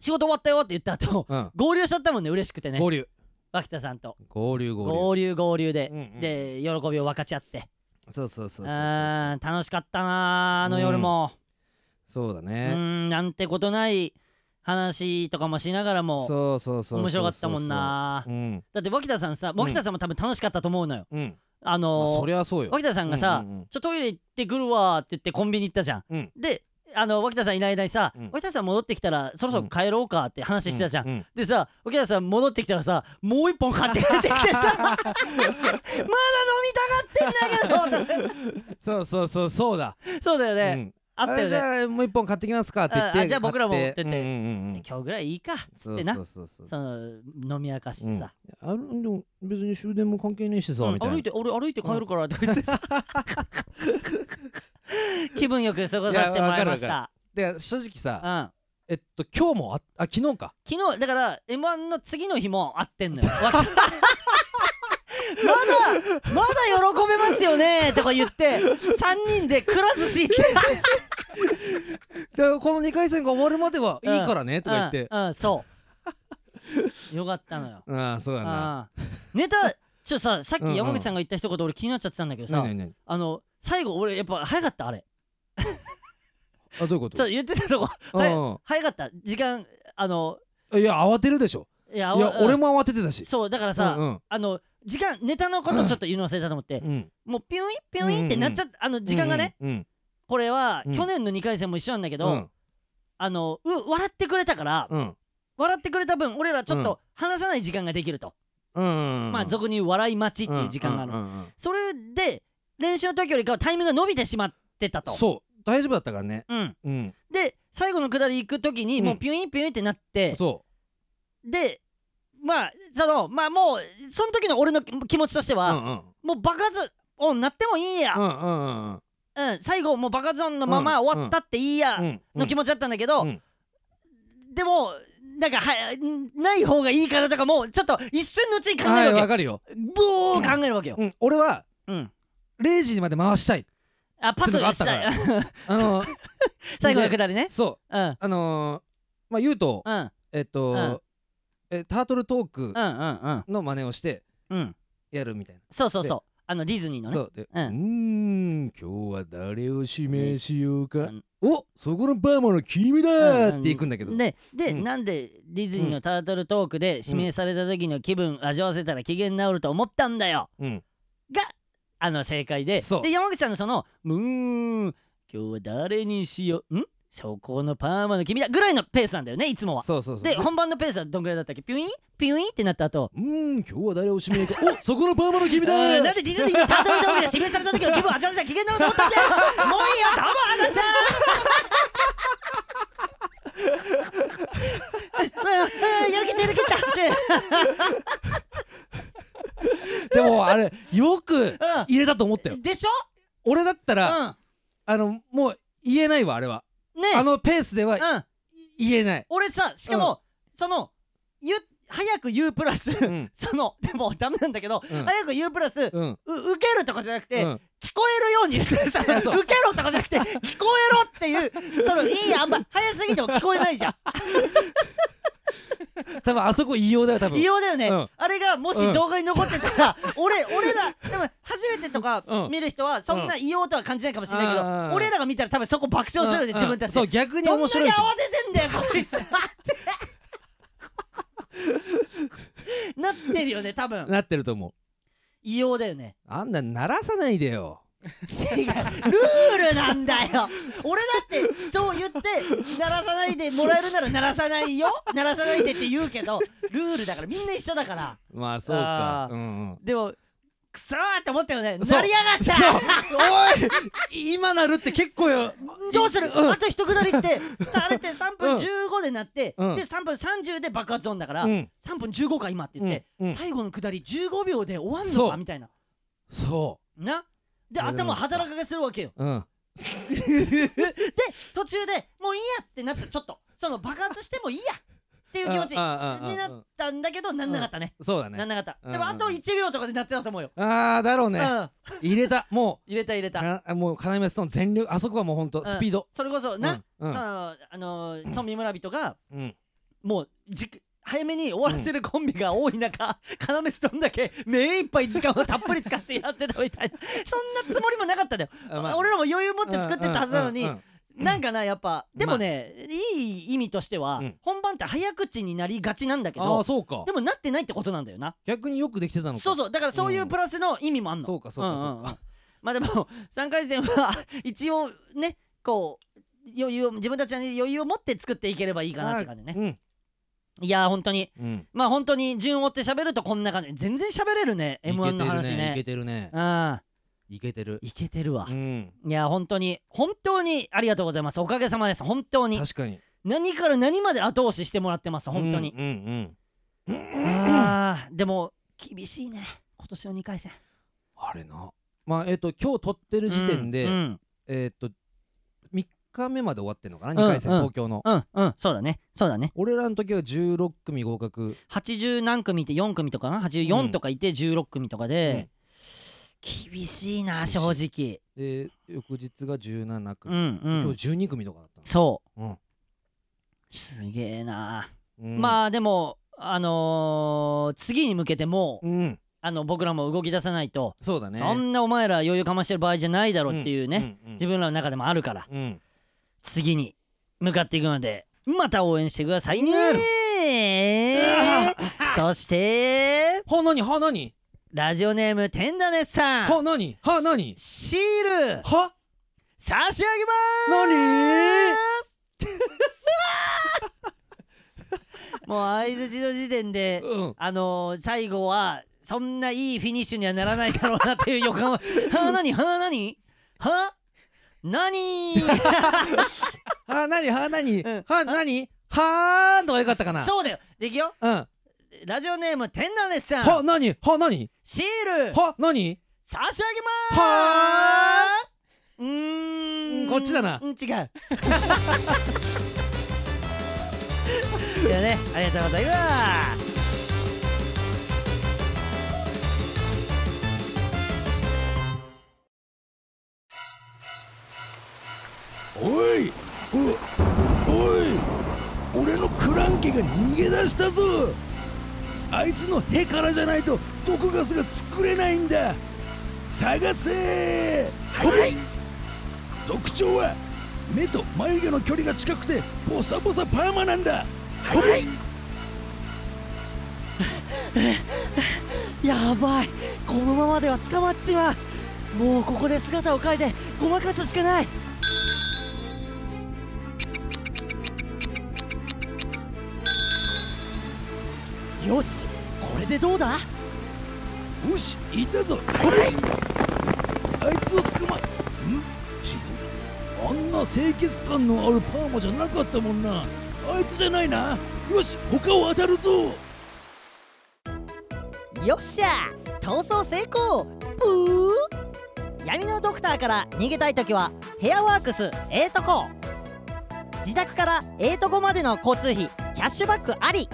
A: 仕事終わったよって言った後
C: うん
A: 合流しちゃったもんね嬉しくてね
C: 合流
A: 脇田さんと
C: 合流合
A: 合流合流で
C: 流、うんうん
A: で喜びを分かち合って
C: そうそうそうそうそう
A: あー楽しかったなーあの夜も、
C: そうだ
A: うーん、
C: ね
A: なんてことない話とかもしながらも
C: そうそうそうそう
A: 面白かったもんなー
C: うん
A: だって脇田さんさ
C: ん
A: 脇田さんも多分楽しかったと思うのよ、
C: うん
A: あ
C: まあ
A: の
C: そ
A: ー
C: りゃそうよ
A: 脇田さんがさ、
C: うんうんうん
A: ちょトイレ行ってくるわーって言ってコンビニ行ったじゃん、
C: うん
A: であの脇田さんいない間にさ、
C: うん
A: 脇田さん戻ってきたらそろそろ帰ろうかって話してたじゃん、
C: うう
A: でさ、沖田さん戻ってきたらさ、もう一本買って帰ってきて さ、まだ飲みたがってんだけど
C: そうそうそうそうだ
A: そうだよね、
C: うん
A: あったよ
C: じ
A: ね。
C: ゃあもう一本買ってきますかって言っ
A: ああ
C: て
A: じゃあ僕らも
C: 買って
A: って言って
C: うんうんうんうん
A: 今日ぐらいいいかっつってな、
C: そ
A: そう
C: そうそうそう
A: の飲み明かしてさ、
C: あるでも別に終電も関係ねえしさ
A: うん
C: みたいな
A: 歩いて、俺歩いて帰るからとか言ってさ、 気分よく過ごさせてもらいまし
C: いや
A: た。
C: で正直
A: うん
C: さえっと今日もああ昨日か
A: 昨日だから M1 の次の日も会ってん のよ。まだまだ喜べますよねとか言って3人でくら寿司行って
C: でこの2回戦が終わるまでは
A: うん
C: いいから ねとか言って
A: うん、うんそうよかったのよ
C: ああそうだな
A: ああネタちょっとささっ
C: うんうん
A: き山口さんが言った一言俺気になっちゃってたんだけどさ、
C: 何何何
A: あの最後俺やっぱ早かったあれ
C: あどういうこと
A: そう言ってたとこ
C: うん
A: はい早かった時間あの
C: いや慌てるでしょ
A: いや
C: いや俺
A: も
C: も慌ててたし
A: そうだから
C: う
A: さ、
C: んうん
A: あの時間ネタのことちょっと言うの忘れたと思って、
C: うん
A: もうピュイピュイってなっちゃった、あの時間がね、
C: うんうん
A: これは
C: うん
A: 去年の2回戦も一緒なんだけど、
C: うん
A: あのう笑ってくれたから、
C: うん
A: 笑ってくれた分俺らちょっと話さない時間ができると、
C: うん
A: まあ俗に言う笑い待ちっていう時間がある、
C: うんうんうんうん
A: それで練習の時よりかはタイミングが伸びてしまってたと
C: そう大丈夫だったからね
A: うん、
C: うん
A: で最後の下り行く時に
C: うん
A: もうピュインピュインってなって、
C: そ
A: でまあそのまあもうその時の俺の気持ちとして
C: う
A: は、
C: うんうん
A: もう爆発音なってもいいや
C: う、んうんうんうん
A: うん最後もう爆発音のまま終わったっていいや、
C: うん
A: の気持ちだったんだけど、
C: うん
A: でもなんかはない方がいいからとかもうちょっと一瞬のうちに考
C: は
A: え
C: い
A: るわ
C: わ
A: け
C: かるよ、
A: ボー考えるわけよ、
C: うん、俺は
A: うん、
C: 0時まで回したい
A: あパス
C: ってのが
A: が
C: あっ
A: した
C: から
A: たい
C: あの
A: 最後の下りね
C: そう
A: うん
C: あのー、まあ言うと
A: うん
C: えっと、
A: うん
C: えタートルトー
A: うん
C: ク
A: うんうん
C: の真似をして、
A: うん
C: やるみたい
A: そうそうそうあのディズニーの
C: な。
A: ね
C: そうで、
A: うん
C: うーん、今日は誰を指名しよう
A: う
C: か。
A: ん
C: おそこのバーマンの君だーっていくんだけど。
A: でで、
C: うん
A: なんでディズニーのタートルトークで指名された時の気分味わわせたら機嫌治ると思ったんだよ
C: うん。
A: があの正解で
C: そう
A: で山口さんのその「うーん今日は誰にしようんそこのパーマの君だ」ぐらいのペースなんだよねいつもは。
C: そうそうそう。
A: で本番のペースはどんぐらいだったっけピュインピュインってなった後
C: うーん、今日は誰を指名か。おそこのバーマンの君だ
A: う
C: ー
A: んなんでディズニーのタートルトークで指名された時の気分味わわせたら機嫌治ると思ったんだよもういいよどうもありがとうございましたうんうんやる気出る気だって
C: でもあれ、よく
A: うん
C: 入れたと思ったよ。
A: でしょ
C: 俺だったら、
A: う
C: あの、もう言えないわ、あれは。
A: ん。ね
C: あのペースでは
A: うん。
C: 言えない。
A: 俺さ、しかも、その、ゆ、早く言うプラス、
C: ん
A: その、でもダメなんだけど、
C: うん
A: 早く言うプラス、
C: うん。
A: う受けるとかじゃなくて、
C: うん
A: 聞こえるように言ってるさ受けろとかじゃなくて聞こえろっていうそのいいあんま早すぎても聞こえないじゃん
C: 多分あそこ異様だよ、多分。
A: 異様だよね、
C: うん
A: あれがもし動画に残ってたら、 俺俺らでも初めてとか
C: うん
A: 見る人はそんな異様とは感じないかもしれないけど、
C: うん
A: 俺らが見たら多分そこ爆笑するよね、自分たちで
C: そう、逆に
A: どん
C: 面
A: だけ慌
C: 白い
A: て
C: と思う。
A: てんだよこいつってなってるよね多分
C: なってると思う。
A: 異様だよね
C: あんな鳴らさないでよ。
A: 違うルールなんだよ俺だってそう言って鳴らさないでもらえるなら鳴らさないよ鳴らさないでって言うけどルールだからみんな一緒だから
C: まあそうか
A: あ。ー
C: うんうん。
A: でもくそーって思ったよね
C: そう
A: 鳴りやがっ
C: そう
A: た
C: おい今なるって結構よ。
A: どうする
C: うん
A: あと一くだりってあれって3
C: う
A: 分
C: ん
A: 15で鳴って、
C: うん
A: で3分30で爆発音だから、
C: うん
A: 3分15か今って言って、
C: うんうん
A: 最後の下り15秒で終わんの
C: そ
A: か
C: う
A: みたいな
C: そ
A: なで
C: それでも
A: 頭働かがするわけよ
C: う。うん。
A: で途中でもういいやってなったちょっとその爆発してもいいやっていう気持ち
C: ああああ
A: にな
C: あ
A: ったんだけどなんなかったね、
C: そうだ
A: な
C: ね
A: ん。なかっ
C: う
A: た
C: ん
A: でもあと1秒とかでなってたと思うよ、
C: ああだろう
A: うん
C: ね。入れた。も
A: 入れた入れ
C: う
A: た、
C: かもう要ストーン全力あそこはもう本当
A: うん
C: スピード。
A: それこそな、
C: うんうん
A: さああのー村民村人が
C: うん。
A: もうじく早めに終わらせるコンビが多い中、要ストーンだけ目いっぱい時間をたっぷり使ってやってたみたいなそんなつもりもなかったんだよ、
C: あまあ
A: 俺らも余裕持って作ってたはずなのに、
C: うんうんうん
A: なんかなやっぱでもね、いい意味としては、
C: うん
A: 本番って早口になりがちなんだけ
C: あ
A: ど
C: あそうか
A: で。もなってないってことなんだよな
C: 逆によくできてたのか。
A: そうそうだからそういうプラスの意味もあんの、
C: そうかそうかそ
A: う
C: う
A: んうんうん
C: か。
A: まあでも3回戦は一応ねこう余裕を自分たちに余裕を持って作っていければいいかなって感じね
C: うん
A: いやー本当に
C: うん。
A: まあ本当に順を追って喋るとこんな感じ全然喋れるね m 1の話
C: いけ
A: ね
C: てるね。
A: あ
C: いけてる。
A: いけてるわ、
C: うん。
A: いやー本当に本当にありがとうございますおかげさまです本当に
C: 確かに。
A: 何から何まで後押ししてもらってます本当に、
C: うんうん。
A: あーでも厳しいね今年の2回戦
C: あれな。まあえっと今日撮ってる時点で
A: うんうん
C: えっと3日目まで終わってんのか
A: う
C: なん2回戦
A: うん
C: 東京の。
A: うんうんそうだねそうだね
C: 俺らの時は16組合格
A: 80何組いて4組とかな84とかいて16組とかで、厳しいな正直
C: で翌日が17
A: う
C: 組、
A: んう
C: 今
A: ん
C: 日12組とかだった
A: そう
C: の、
A: すげえな、
C: うんうん、あ
A: まあでもあのー次に向けてもう、
C: うん
A: あの僕らも動き出さないと、
C: そうだね
A: そんなお前ら余裕かましてる場合じゃないだろうっていうね、
C: うん
A: 自分らの中でもあるから
C: うんうん
A: 次に向かっていくのでまた応援してくださいね そして
C: は何は何
A: ラジオネームてんだねさん
C: は何は何
A: シール
C: は
A: 差し上げます
C: 何
A: もう相づちの時点で
C: うん
A: あのー、最後はそんないいフィニッシュにはならないだろうなっていう予 感はは何は何は何
C: は何は何
A: うん
C: は何はーんとかよかったかな
A: そうだよでいくよ
C: うんは
A: ラジオネームてんだねさん
C: 何は何
A: シール
C: は何
A: 差し上げます
C: は
A: うーん
C: こっちだな
A: うん違う いやねありがとうございます
B: おいうおい俺のクランケが逃げ出したぞあいつのへからじゃないと毒ガスが作れないんだ探せはい特徴は目と眉毛の距離が近くてボサボサパーマなんだはい
A: やばいこのままでは捕まっちまうもうここで姿を変えてごまかすしかないよしこれでどうだ
B: よしいたぞはいあいつを捕まえん違うあんな清潔感のあるパーマじゃなかったもんなあいつじゃないなよし他を当たるぞ
A: よっしゃ逃走成功プー闇のドクターから逃げたい時はヘアワークスええとこ自宅からええとこまでの交通費キャッシュバックあり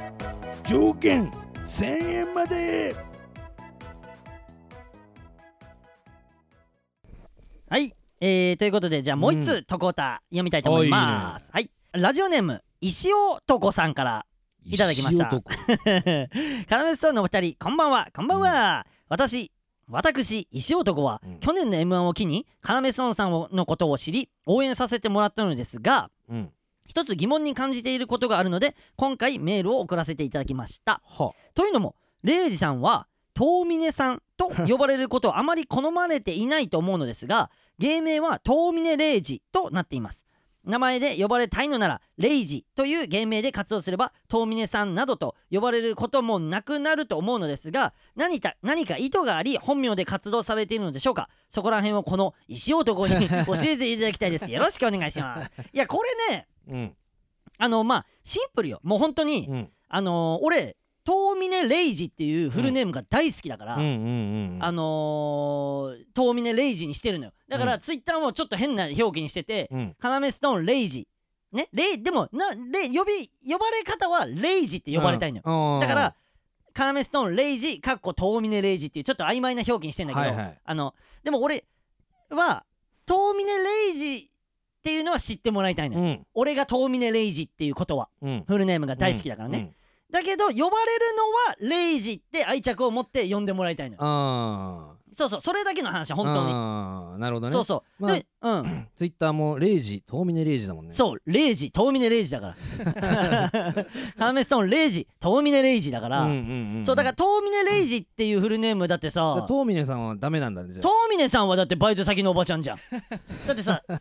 B: 条件1000円まで
A: はい、えー、ということでじゃあもう一
C: う
A: 通トコーター読みたいと思います、はいラジオネーム石尾とこさんからいただきました
C: 石男
A: カラメストーンのお二人こんばんはこんばんは、私私石男は、
C: うん
A: 去年の m 1を機にカラメストーンさんをのことを知り応援させてもらったのですが
C: うん
A: 一つ疑問に感じていることがあるので今回メールを送らせていただきました
C: は
A: というのもレイジさんは遠峰さんと呼ばれることをあまり好まれていないと思うのですが芸名は遠峰レイジとなっています名前で呼ばれたいのならレイジという芸名で活動すれば遠峰さんなどと呼ばれることもなくなると思うのですが何か何か意図があり本名で活動されているのでしょうかそこら辺をこの石男に教えていただきたいですよろしくお願いしますいやこれね
C: うん
A: あのまあシンプルよもう本当に、
C: うん
A: あのー俺遠峰レイジっていうフルネームが大好きだから、
C: うんうんうん
A: あのー、遠峰レイジにしてるのよだから、
C: う
A: ツイッターもちょっと変な表記にしてて
C: うん
A: 「カナメストーンレイジ」ねレイでもなレイ呼び呼ばれ方はレイジって呼ばれたいのよ、
C: よ
A: だからカナメストーンレイジかっこ遠峰レイジっていうちょっと曖昧な表記にしてんだけど、
C: はいはい
A: あのでも俺は遠峰レイジっていうのは知ってもらいたいの
C: う
A: よ、
C: ん
A: 俺が遠峰レイジっていうことは
C: うん
A: フルネームが大好きだからね、だけど呼ばれるのはレイジって愛着を持って呼んでもらいたいのよ
C: あ
A: そうそうそれだけの話本当に
C: 当になるほどね
A: そうそう、
C: まあ
A: でうん
C: ツイッターも0時遠峰0時だもんね
A: そうレイジ遠峰レイジだ からカーメストーンレイジ遠峰レイジだから、
C: うんうんうん
A: そうだから遠峰レイジっていうフルネームだって
C: だか
A: さ
C: ら遠峰さんはダメなんだねじゃあ
A: 遠峰さんはだってバイト先のおばちゃんじ ゃんだってさ 遠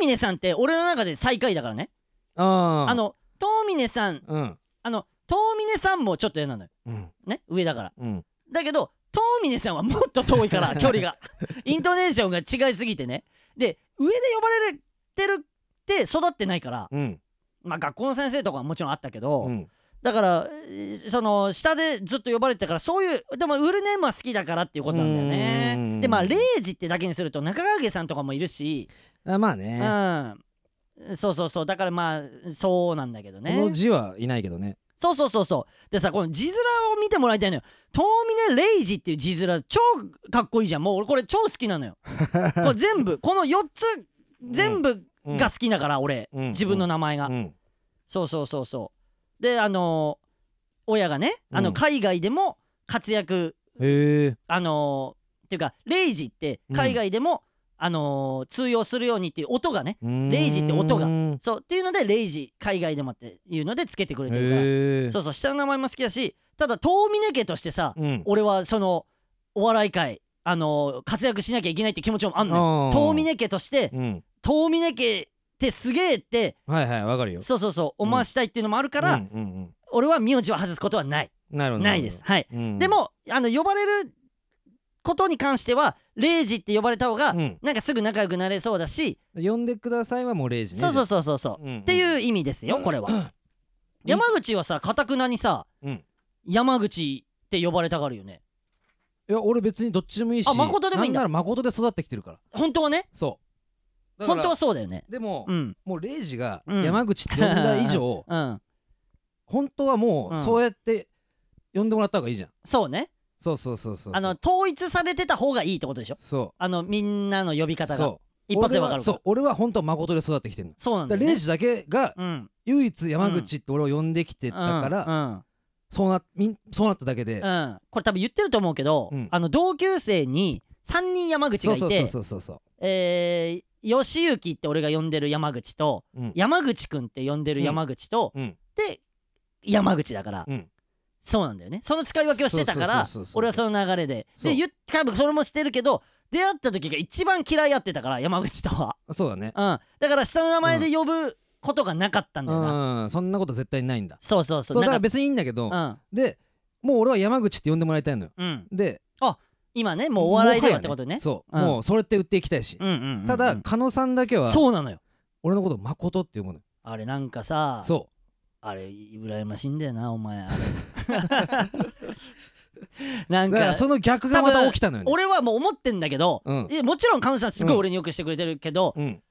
A: 峰さんって俺の中で最下位だからね、
C: あー
A: あの遠峰さん
C: うん
A: あの遠峰さんもちょっと嫌なのよ
C: うん
A: ね上だから
C: うん
A: だけど遠峰さんはもっと遠い から距離がイントネーションが違いすぎてねで上で呼ばれてるって育ってないから、
C: うん
A: まあ、学校の先生とかはもちろんあったけど、
C: うん
A: だからえーその下でずっと呼ばれてたからそういうでもウルネームは好きだからっていうことなんだよ
C: うー
A: ね
C: ん
A: でまあレイジってだけにすると中川家さんとかもいるし、
C: あまあ
A: う
C: ね
A: ん、そうそうそうだからまあそうなんだけど
C: この
A: ね
C: 字はいないけどね
A: そうそうそうそうでさこの字面を見てもらいたいのよ遠峰レイジっていう字面超かっこいいじゃんもう俺これ超好きなの よこれ全部この4つ全部が好きだから俺、
C: うん
A: 自分の名前が、
C: うん
A: そうそうそうそうであのー親がねあ
C: う
A: の
C: ん
A: 海外でも活躍
C: へえ
A: あのーっていうかレイジって
C: うん
A: 海外でも、あのー通用するようにっていう音がねレイジって音が
C: が
A: そうっていうのでレイジ海外でもっていうのでつけてくれてるから
C: へえ
A: そうそう下の名前も好きだしただ遠峰家としてさ、
C: うん
A: 俺はそのお笑い界あのー活躍しなきゃいけないって気持ちもあんのよ
C: あー
A: 遠峰家として
C: うん
A: 遠峰家ってすげえって
C: はいはいわかるよ
A: そうそうそう思わしたいっていうのもあるから、
C: うんうん
A: 俺は名字を外すことはない、
C: うんなるほど
A: ないですはい、
C: うん
A: でもあの呼ばれることに関してはレイジって呼ばれた方が、
C: うん
A: なんかすぐ仲良くなれそうだし、
C: 呼んでくださいはもう0時ね
A: そうそうそうそうそう、
C: うんうん
A: っていう意味ですよこれは、山口はさかたくなにさ、
C: うん
A: 山口って呼ばれたがるよね
C: いや俺別にどっちでもいいし
A: あ誠でもいいんだ
C: なんなら誠で育ってきてるから
A: 本当はね
C: そうだから
A: 本当はそうだよね
C: でも、
A: うん
C: もうレイジが
A: うん
C: 山口って呼んだ以 上、
A: うん
C: 本当はもう
A: うん
C: そうやって呼んでもらった方がいいじゃん、
A: そうね
C: そうそうそうそうそう
A: あの統一されてた方がいいってことでしょ
C: そ
A: あのみんなの呼び
C: う
A: 方が
C: そう
A: 一発でわかる
C: 俺はそ
A: から
C: う俺は本当は誠で育ってきてるの
A: そうなん
C: だか
A: だ
C: ら
A: よね
C: レイジだけが
A: うん
C: 唯一山口って俺を呼んできてたから、
A: うんうん
C: そうなみんそうなっただけで、
A: うん、これ多分言ってると思うけど、
C: うん
A: あの同級生に3人山口
C: そ
A: が
C: う
A: い
C: そう
A: て
C: そうそうそ
A: えー、吉行って俺が呼んでる山口と
C: う、うん、
A: 山口くんって呼んでる山口と、
C: うん
A: で山口だから、
C: うん
A: そうなんだよねその使い分けをしてたから
C: そうそうそうそうそう
A: 俺はその流れで
C: そう
A: で言っ多分それもしてるけど出会った時が一番嫌いやってたから山口とは、
C: そうだね
A: うん、だから下の名前で呼ぶことがなかったんだよな、
C: うんそんなこと絶対ないんだ
A: そうそうそう
C: そうだから
A: なかっ
C: 別にいいんだけど、
A: た
C: でもう俺は山口って呼んでもらいたいのよ
A: うん、うん、
C: で
A: 今ねもうお笑いではってことね
C: もはやそう、
A: うん
C: もうそれって売っていきたいし、
A: うんうんうんうん
C: ただ狩野さんだけは
A: そうなのよ
C: 俺のことを誠って呼ぶのよ
A: あれなんかさ
C: そ
A: あれ羨ましいんだよなお 前あれな
C: うんだか
A: から
C: その逆がまた
A: 多分
C: 起きたのよね
A: 俺はもう思ってんだけど、
C: うん
A: えもちろんカムさんすごい俺によくしてくれてるけど、
C: うん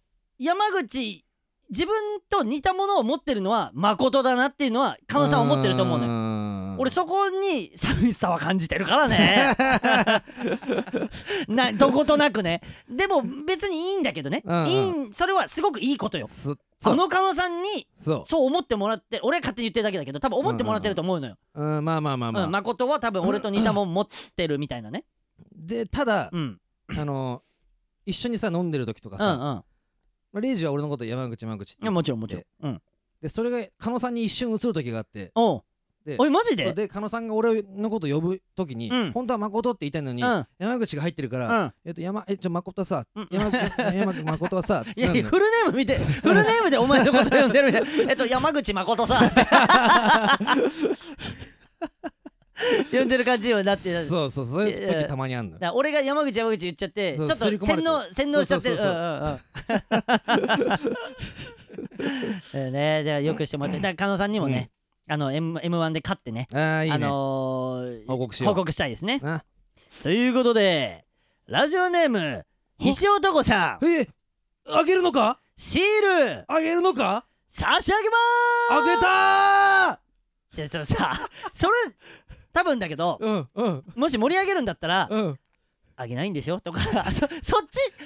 A: 山口自分と似たものを持ってるのは誠だなっていうのはカムさん思ってると思うのよ
C: よ
A: 俺そこに寂しさは感じてるから ねなどことなくねでも別にいいんだけどね、
C: うんうん
A: いいんそれはすごくいいことよ
C: そそ
A: あ
C: う
A: のカムさんに
C: そ
A: そう思ってもらって俺は勝手に言ってるだけだけど多分思ってもらってると思うのよ、
C: う、うん、まあまあまあ
A: うん
C: まあ、
A: 誠は多分俺と似たもん持ってるみたいなね、
C: でただ、
A: うん、
C: あの一緒にさ飲んでる時とか
A: う
C: さ、
A: んう
C: ま
A: ん
C: あ、レイジは俺のこと山口山口って
A: いやもちろんもちろん
C: で
A: うん
C: でそれが狩野さんに一瞬映る時があって
A: おう
C: で
A: おいマジで
C: そうで狩野さんが俺のこと呼ぶ時に、
A: うん
C: 本当は誠って言いたいのに、
A: うん
C: 山口が入ってるから、
A: うん
C: えっと山えちょ誠さ、
A: うん
C: 山口山口誠はさ
A: いやいや
C: なん
A: フル
C: だ
A: ネーム見てフルネームでお前のこと呼んでるみたい なえっと山口誠さん呼んでる感じよなってだか
C: そうそうそういう時たまにあんのよ
A: ら俺が山口山口言っちゃってちょ
C: そ
A: っ
C: う
A: と
C: 刷り込ま
A: 洗
C: れてる
A: 脳洗脳しちゃってる
C: そうそうそう
A: うんうんうん うんねではよくしてもらってだから加納さんにもねあの M- M1 で勝ってね
C: あーいいね、
A: あのー
C: 報告しよう
A: 報告したいですね
C: な
A: ということでラジオネーム石男さん
C: えあげるのか
A: シール
C: あげるのか
A: 差し上げま
C: あげた
A: ーすちょちょさ それ多分だけど
C: ーうん
A: もし盛り上げるんだったら
C: うんうん
A: あげないんでしょとかそそっち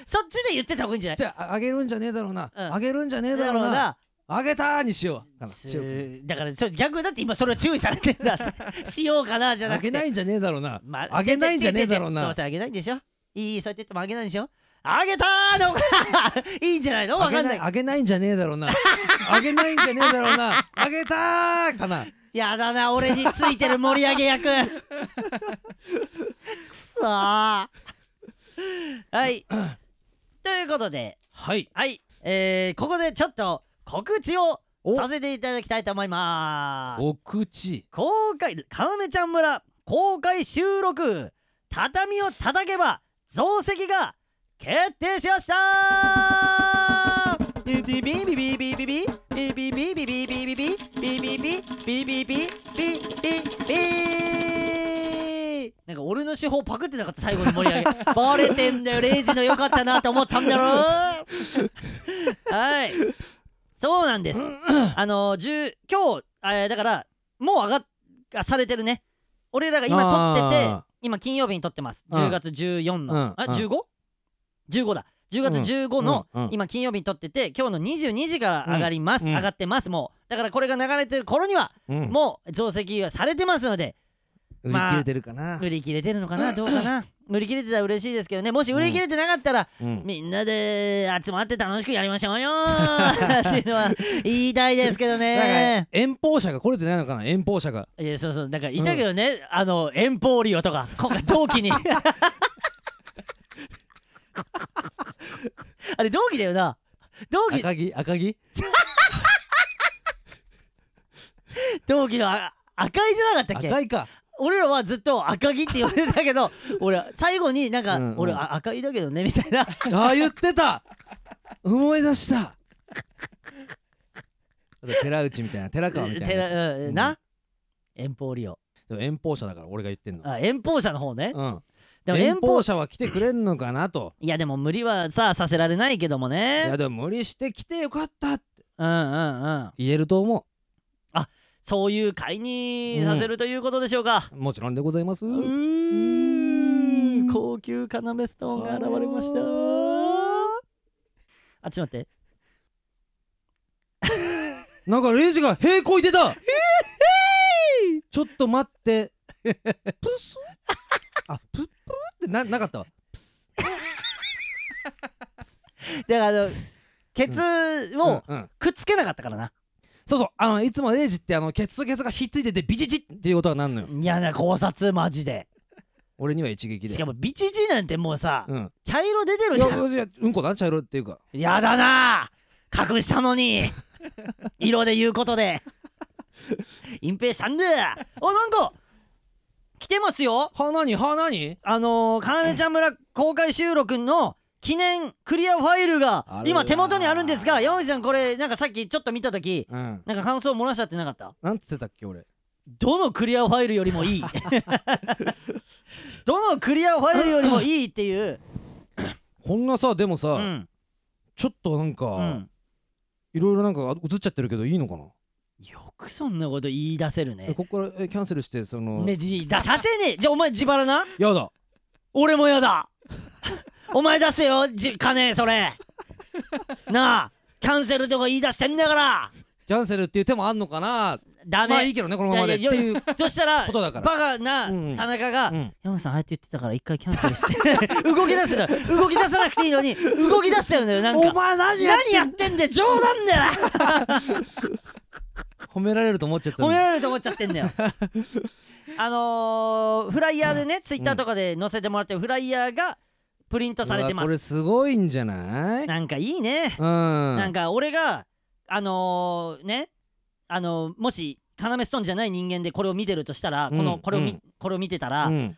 A: そっちで言ってた方がいいんじゃない
C: じゃああげるんじゃねえだろうな、
A: うん
C: あげるんじゃねえだろうなあげたーにしようかな
A: す
C: しよう
A: だからそれ逆だって今それを注意されてんだって しようかなじゃ
C: あ
A: なくて
C: げないんじゃねえだろうな、
A: ま
C: あげないんじゃねえだろう
A: 違う違う違うど
C: な
A: うせあげないんでしょいいそうやって言ってもあげないんでしょあげたーの方が いいんじゃないのわ
C: あ
A: かん
C: げな
A: ない
C: いあげないんじゃねえだろうなあげないんじゃねえだろうなあげたーかな
A: やだな俺についてる盛り上げ 役くそーはいということで
C: はい
A: はいえー、ここでちょっと告知を
C: お
A: させていただきたいと思います
C: お口
A: 公開かなめちゃん村公開収録畳を叩けば増席が決定しましたビビビビビビビビビビビビビビビビビビビビビビビビなんか俺の手法パクってなかった最後に盛り上げバレてんだよレイジの良かったなと思ったんだろはいそうなん ですあの10今日えーだからもう上がっあされてるね俺らが今撮ってて
C: あー
A: 今金曜日に撮ってます
C: うん
A: 10月14の、
C: うん
A: あ
C: うん
A: 15?15 だ10月15の、
C: うんうん
A: 今金曜日に撮ってて今日の22時から上がります、
C: うん
A: 上がってますもうだからこれが流れてる頃には
C: うん
A: もう増席はされてますので
C: 売り切れてるかな、
A: 売り切れてるのかなどうかな売り切れてたら嬉しいですけどねもし売り切れてなかったら、
C: うん
A: みんなで集まって楽しくやりましょうよーっていうのは言いたいですけど
C: だから
A: ね
C: 遠方者が来れてないのかな遠方者が
A: いやそうそうだからいたけどね、あの遠方利用とか今回同 期にあれ同期だよな同期
C: 赤木赤木
A: 同期のあ赤いじゃなかったっけ
C: 赤いか
A: 俺らはずっと赤木って言われてたけど俺は最後になんか、
C: うんうん
A: 俺あ赤いだけどねみたいな
C: ああ言ってた思い出したあと寺内みたいな寺川みたいな
A: 寺うんな、遠方利用
C: でも遠方者だから俺が言ってんの、
A: あ遠方者の方ね、
C: うん、
A: でも
C: 遠
A: 遠方
C: 方者は来てくれんのかなと
A: いやでも無理はささせられないけども
C: い
A: ね
C: やでも無理して来てよかったって
A: うんうんうん
C: 言えると思
A: そういう会にさせるということでしょうか、
C: うもちろんでございます、
A: う
C: うん
A: ーん高級カナメストーンが現れました
C: あー
A: あちょっと待って
C: なんかレイジが平行いてたちょっと待ってプスあプップルってななかったわ
A: だからあのケツを
C: うんうん
A: くっつけなかったからな、
C: そうそうあのいつもエイジってあのケツとケツがひっついててビチチッっていう音がなんのよ
A: いやな考察マジで
C: 俺には一撃で
A: しかもビチジなんてもうさ、
C: うん
A: 茶色出てる
C: い
A: じゃ
C: や
A: ん
C: いやうんこだな茶色っていうか
A: やだな隠したの に色で言うこと で隠蔽したんだおなんか来てますよ
C: はなにはなに
A: あのー、かなめちゃん村公開収録の記念クリアファイル
C: あ
A: が
C: る
A: 今手元にあるんですが山口さんこれなんかさっきちょっと見た時
C: うん
A: なんか感想漏らしちゃってなかった
C: なんつってたっけ俺
A: どのクリアファイルよりもい いどのクリアファイルよりもいいっていう
C: こんなさでもさ、
A: うん
C: ちょっとなんか、
A: うん
C: いろいろなんか映っちゃってるけどいいのかな、
A: よくそんなこと言い出せるね
C: えここからえキャンセルしてその、
A: ね、出させねえじゃあお前自腹な
C: やだ
A: 俺もや だお前出せよじ金それなあキャンセルとか言い出してんだから
C: キャンセルっていう手もあんのかな
A: ダメ、
C: まあいいけどねこのままでっ
A: い
C: て
A: やいや
C: いう、
A: そしたら
C: ことだから
A: バカな
C: うん
A: 田中が、
C: うん
A: 山本さんああやって言ってたから一回キャンセルして 動き出すんだ動き出さなくていいのに動き出しちゃうんだよなん
C: お
A: か
C: 前何や
A: 何やってんだよ冗談だよ
C: 褒められると思っちゃった
A: 褒められると思っちゃってんだよ あのー、フライヤーでね、ツイッターとかで載せてもらってるフライヤーがプリントされてま
C: うわこれ
A: す
C: すごいんじゃない
A: なんかいいね
C: うんな
A: なんか俺があのーねあのーもし要ストーンじゃない人間でこれを見てるとしたら、
C: うん
A: このこれを見、
C: うん
A: これを見てたら、
C: うん、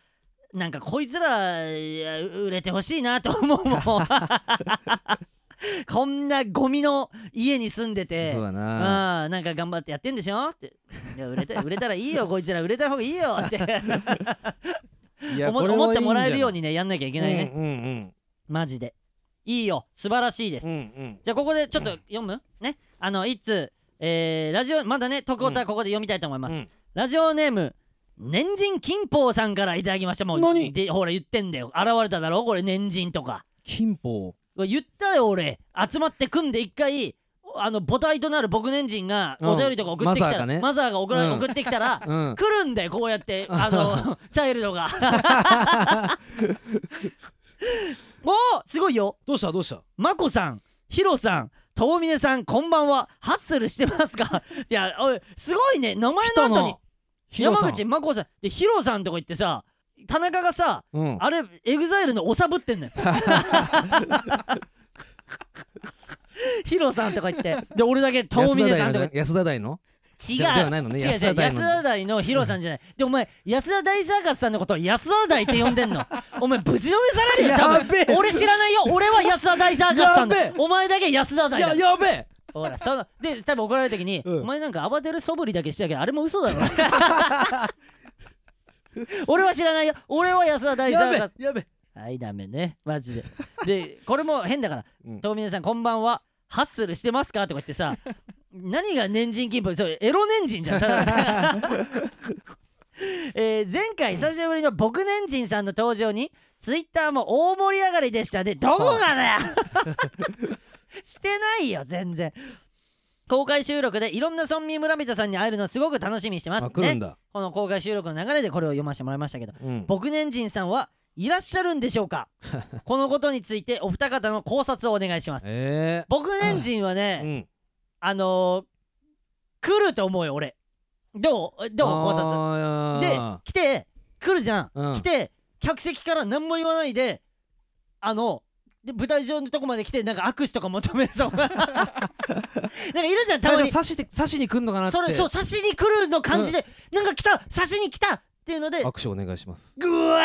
A: なんかこいつらいや売れてほしいなと思う もんこんなゴミの家に住んでて
C: そうだ
A: うん、
C: な
A: なんか頑張ってやってんでしょっていや売れ て売れたらいいよこいつら売れた方がいいよって
C: いや
A: 思
C: これはい
A: 思
C: いんじゃない
A: ってもらえるようにねやんなきゃいけないね、
C: うんうん
A: マジでいいよ素晴らしいです
C: うんうんうん
A: じゃあここでちょっと読む、ねあのいつ、えーラジオまだね徳太はここで読みたいと思います、
C: うん
A: ラジオネーム年人金宝さんからいただきましたもう
C: 何
A: でほら言ってんだよ現れただろこれ年人とか
C: 金宝
A: うわ言ったよ俺集まって組んで一回あの母体となる僕年人が
C: うん
A: お便りとか送ってきたら、
C: マザーがね
A: マザーが送ら、
C: うん
A: 送ってきたら、
C: うん
A: 来るんだよこうやってあ のチャイルドがおおすごいよ
C: どうしたどうした
A: まこさん、ひろさん、とうみねさん、こんばんは。ハッスルしてますか いや、おい、すごいね。名前の後に
C: ヒロ
A: 山
C: さん
A: 口まこさん、で、ひろさんとか言ってさ、田中がさ、
C: うん
A: あれ、エグザイルのおさぶってんのよ。 ヒロさんとか言って、で、俺だけとうみねさんとか言って
C: 安田大の
A: 違う
C: じゃではないのね
A: 違う違う
C: 安田大の
A: 安田大のヒロさんじゃないでお前安田大サーカスさんのことを安田大って呼んで んのお前ぶちのめされるよ多
C: やべ
A: 分
C: え
A: 俺知らないよ俺は安田大サーカスさんだ
C: やべえ
A: お前だけ安田
C: い
A: 大
C: や
A: だ
C: やべえ
A: ほらそので多分怒られる時に、
C: うん
A: お前なんか暴れる素振りだけしたけどあれも嘘 だろ俺は知らないよ俺は安田大サ
C: や
A: ーカス
C: べえやべえ
A: はいダメねマ ジででこれも変だから
C: う
A: 「
C: ん
A: 遠峰さんこんばんはハッスルしてますか?」とか言ってさ何が年人金庫それエロ年人じゃんただの えー前回久しぶりの僕年人さんの登場にツイッターも大盛り上がりでしたねどこがだよ してないよ全然公開収録でいろんな村民村人さんに会えるのすごく楽しみにしてま
C: あ
A: す
C: 来るん
A: ね
C: だ
A: この公開収録の流れでこれを読ませてもらいましたけど
C: うん
A: 僕年人さんはいらっしゃるんでしょう かこのことについてお二方の考察をお願いします
C: え
A: 僕年人はね
C: え、うん
A: あのー、来ると思うよ俺どうどう考察
C: 察
A: で来て来るじゃん、
C: うん
A: 来て客席から何も言わないであので舞台上のとこまで来てなんか握手とか求めると かなんかいるじゃんたまに
C: 刺して刺しに来んのかなって
A: それそう差しに来るの感じで、なんか来た差しに来たっていうので
C: 握手お願いします
A: ぐわ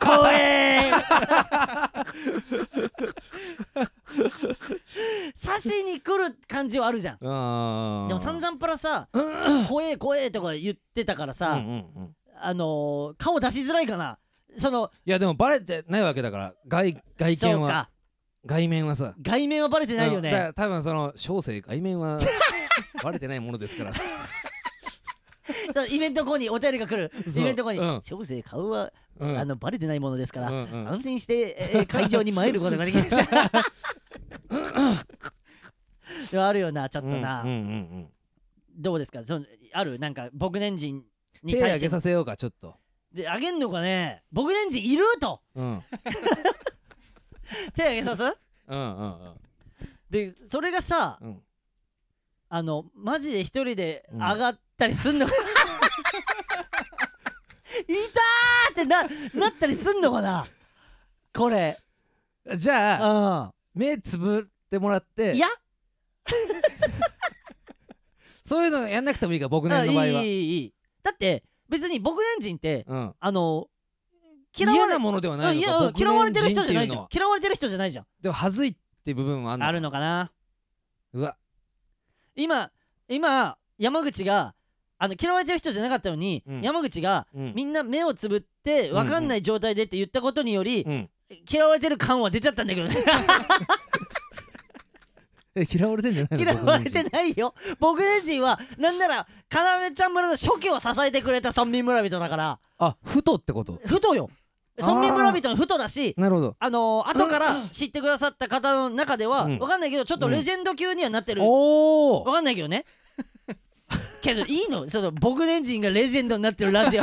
A: ー怖え刺しに来る感じはあるじゃん
C: あー
A: でも散々プラさ怖え怖えとか言ってたからさ、
C: うんうんうん
A: あのー、顔出しづらいかなその
C: いやでもバレてないわけだから外外見
A: そう
C: は
A: か
C: 外面はさ
A: 外面はバレてないよ
C: うんだか
A: ね
C: ら多分その小生外面は バレてないものですから
A: そのイベント後にお便りが来る
C: そう
A: イベント後に
C: うん
A: 「小生顔は、
C: うん
A: あのバレてないものですから、
C: うんうん
A: 安心して、えー会場に参る ことができ ました」でもあるよなちょっとな、
C: うんうんうんうん
A: どうですかそのあるなんか僕年人に
C: 手上
A: 対して
C: げさせようかちょっと
A: で上げんのかね僕レンジいると
C: うんうん
A: 手上げさす
C: うんうん
A: でそれがさ
C: うん
A: あのマジで一人で
C: うん
A: 上がったりすんのか、 いたーってななったりすんのかなこれ
C: じゃあ
A: う
C: 目つぶってもらって
A: んいや
C: そういうのやんなくてもいいから僕
A: あ
C: ねの場合は
A: いいい
C: い
A: いいだって別に僕レンジンって
C: うん
A: あの嫌わ
C: 嫌
A: れ
C: なものでは
A: う
C: なんい
A: い
C: の
A: や
C: か
A: 嫌われてる人じゃないじゃ
C: 僕
A: ん嫌われてる人じゃないじゃん
C: でも恥ずいっていう部分はあんの
A: あるのかな
C: うわ
A: 今今山口があの嫌われてる人じゃなかったのに、
C: うん
A: 山口が
C: うん
A: みんな目をつぶって分かんない状態でって言ったことにより、
C: うん
A: 嫌われてる感は出ちゃったんだけどね
C: え嫌われてんじゃない の
A: 嫌われて
C: 僕の
A: ないよ僕自身はなんなら要ちゃん村の初期を支えてくれた村民村人だから
C: あふとってこと
A: ふとよ村民村人のふとだし
C: なるほど
A: あのー後から知ってくださった方の中では、
C: うん
A: 分かんないけどちょっとレジェンド級にはなってる、わ
C: おお
A: かんないけどねけどいいのその僕年人がレジェンドになってるラジオ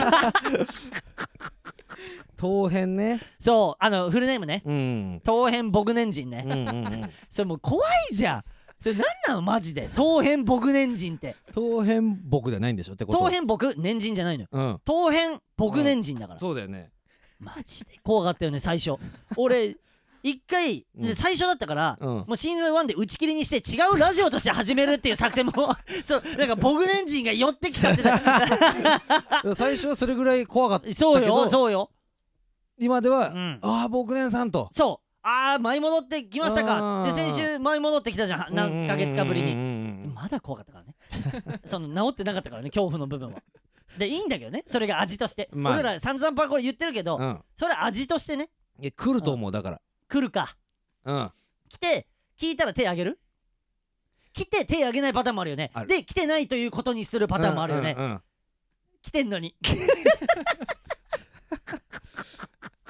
C: 当編ね
A: そうあのフルネームね
C: うん
A: 当編僕年人ね、
C: うんうんうん
A: それもう怖いじゃんそれ何なのマジで当編僕年人って
C: 当編僕じゃないんでしょってこと
A: 当編僕年人じゃないのよ
C: うん
A: 当編僕年人だから、
C: そうだよね
A: マジで怖かったよね最初俺一回、
C: うん
A: 最初だったから、
C: うん
A: もうシーズン1で打ち切りにして違うラジオとして始めるっていう作戦も そうなんか僕年人が寄ってきちゃって た
C: 最初はそれぐらい怖かった
A: そう
C: だけ
A: よ
C: ど
A: そうよ
C: 今では、
A: うん
C: ああ僕ねんさんと
A: そうああ舞い戻ってきましたか
C: あー
A: で先週舞い戻ってきたじゃん何ヶ月かぶり
C: うん
A: に
C: うんうんうん
A: まだ怖かったからね その治ってなかったからね恐怖の部分はでいいんだけどねそれが味として、
C: まあね
A: 俺ら散々パコれ言ってるけど、
C: うん
A: それ味としてね
C: いや来ると思うだから
A: 来るか
C: うん
A: 来て聞いたら手あげる来て手あげないパターンもあるよね
C: ある
A: で来てないということにするパターンもあるよね、
C: うんうんうん
A: 来てんのに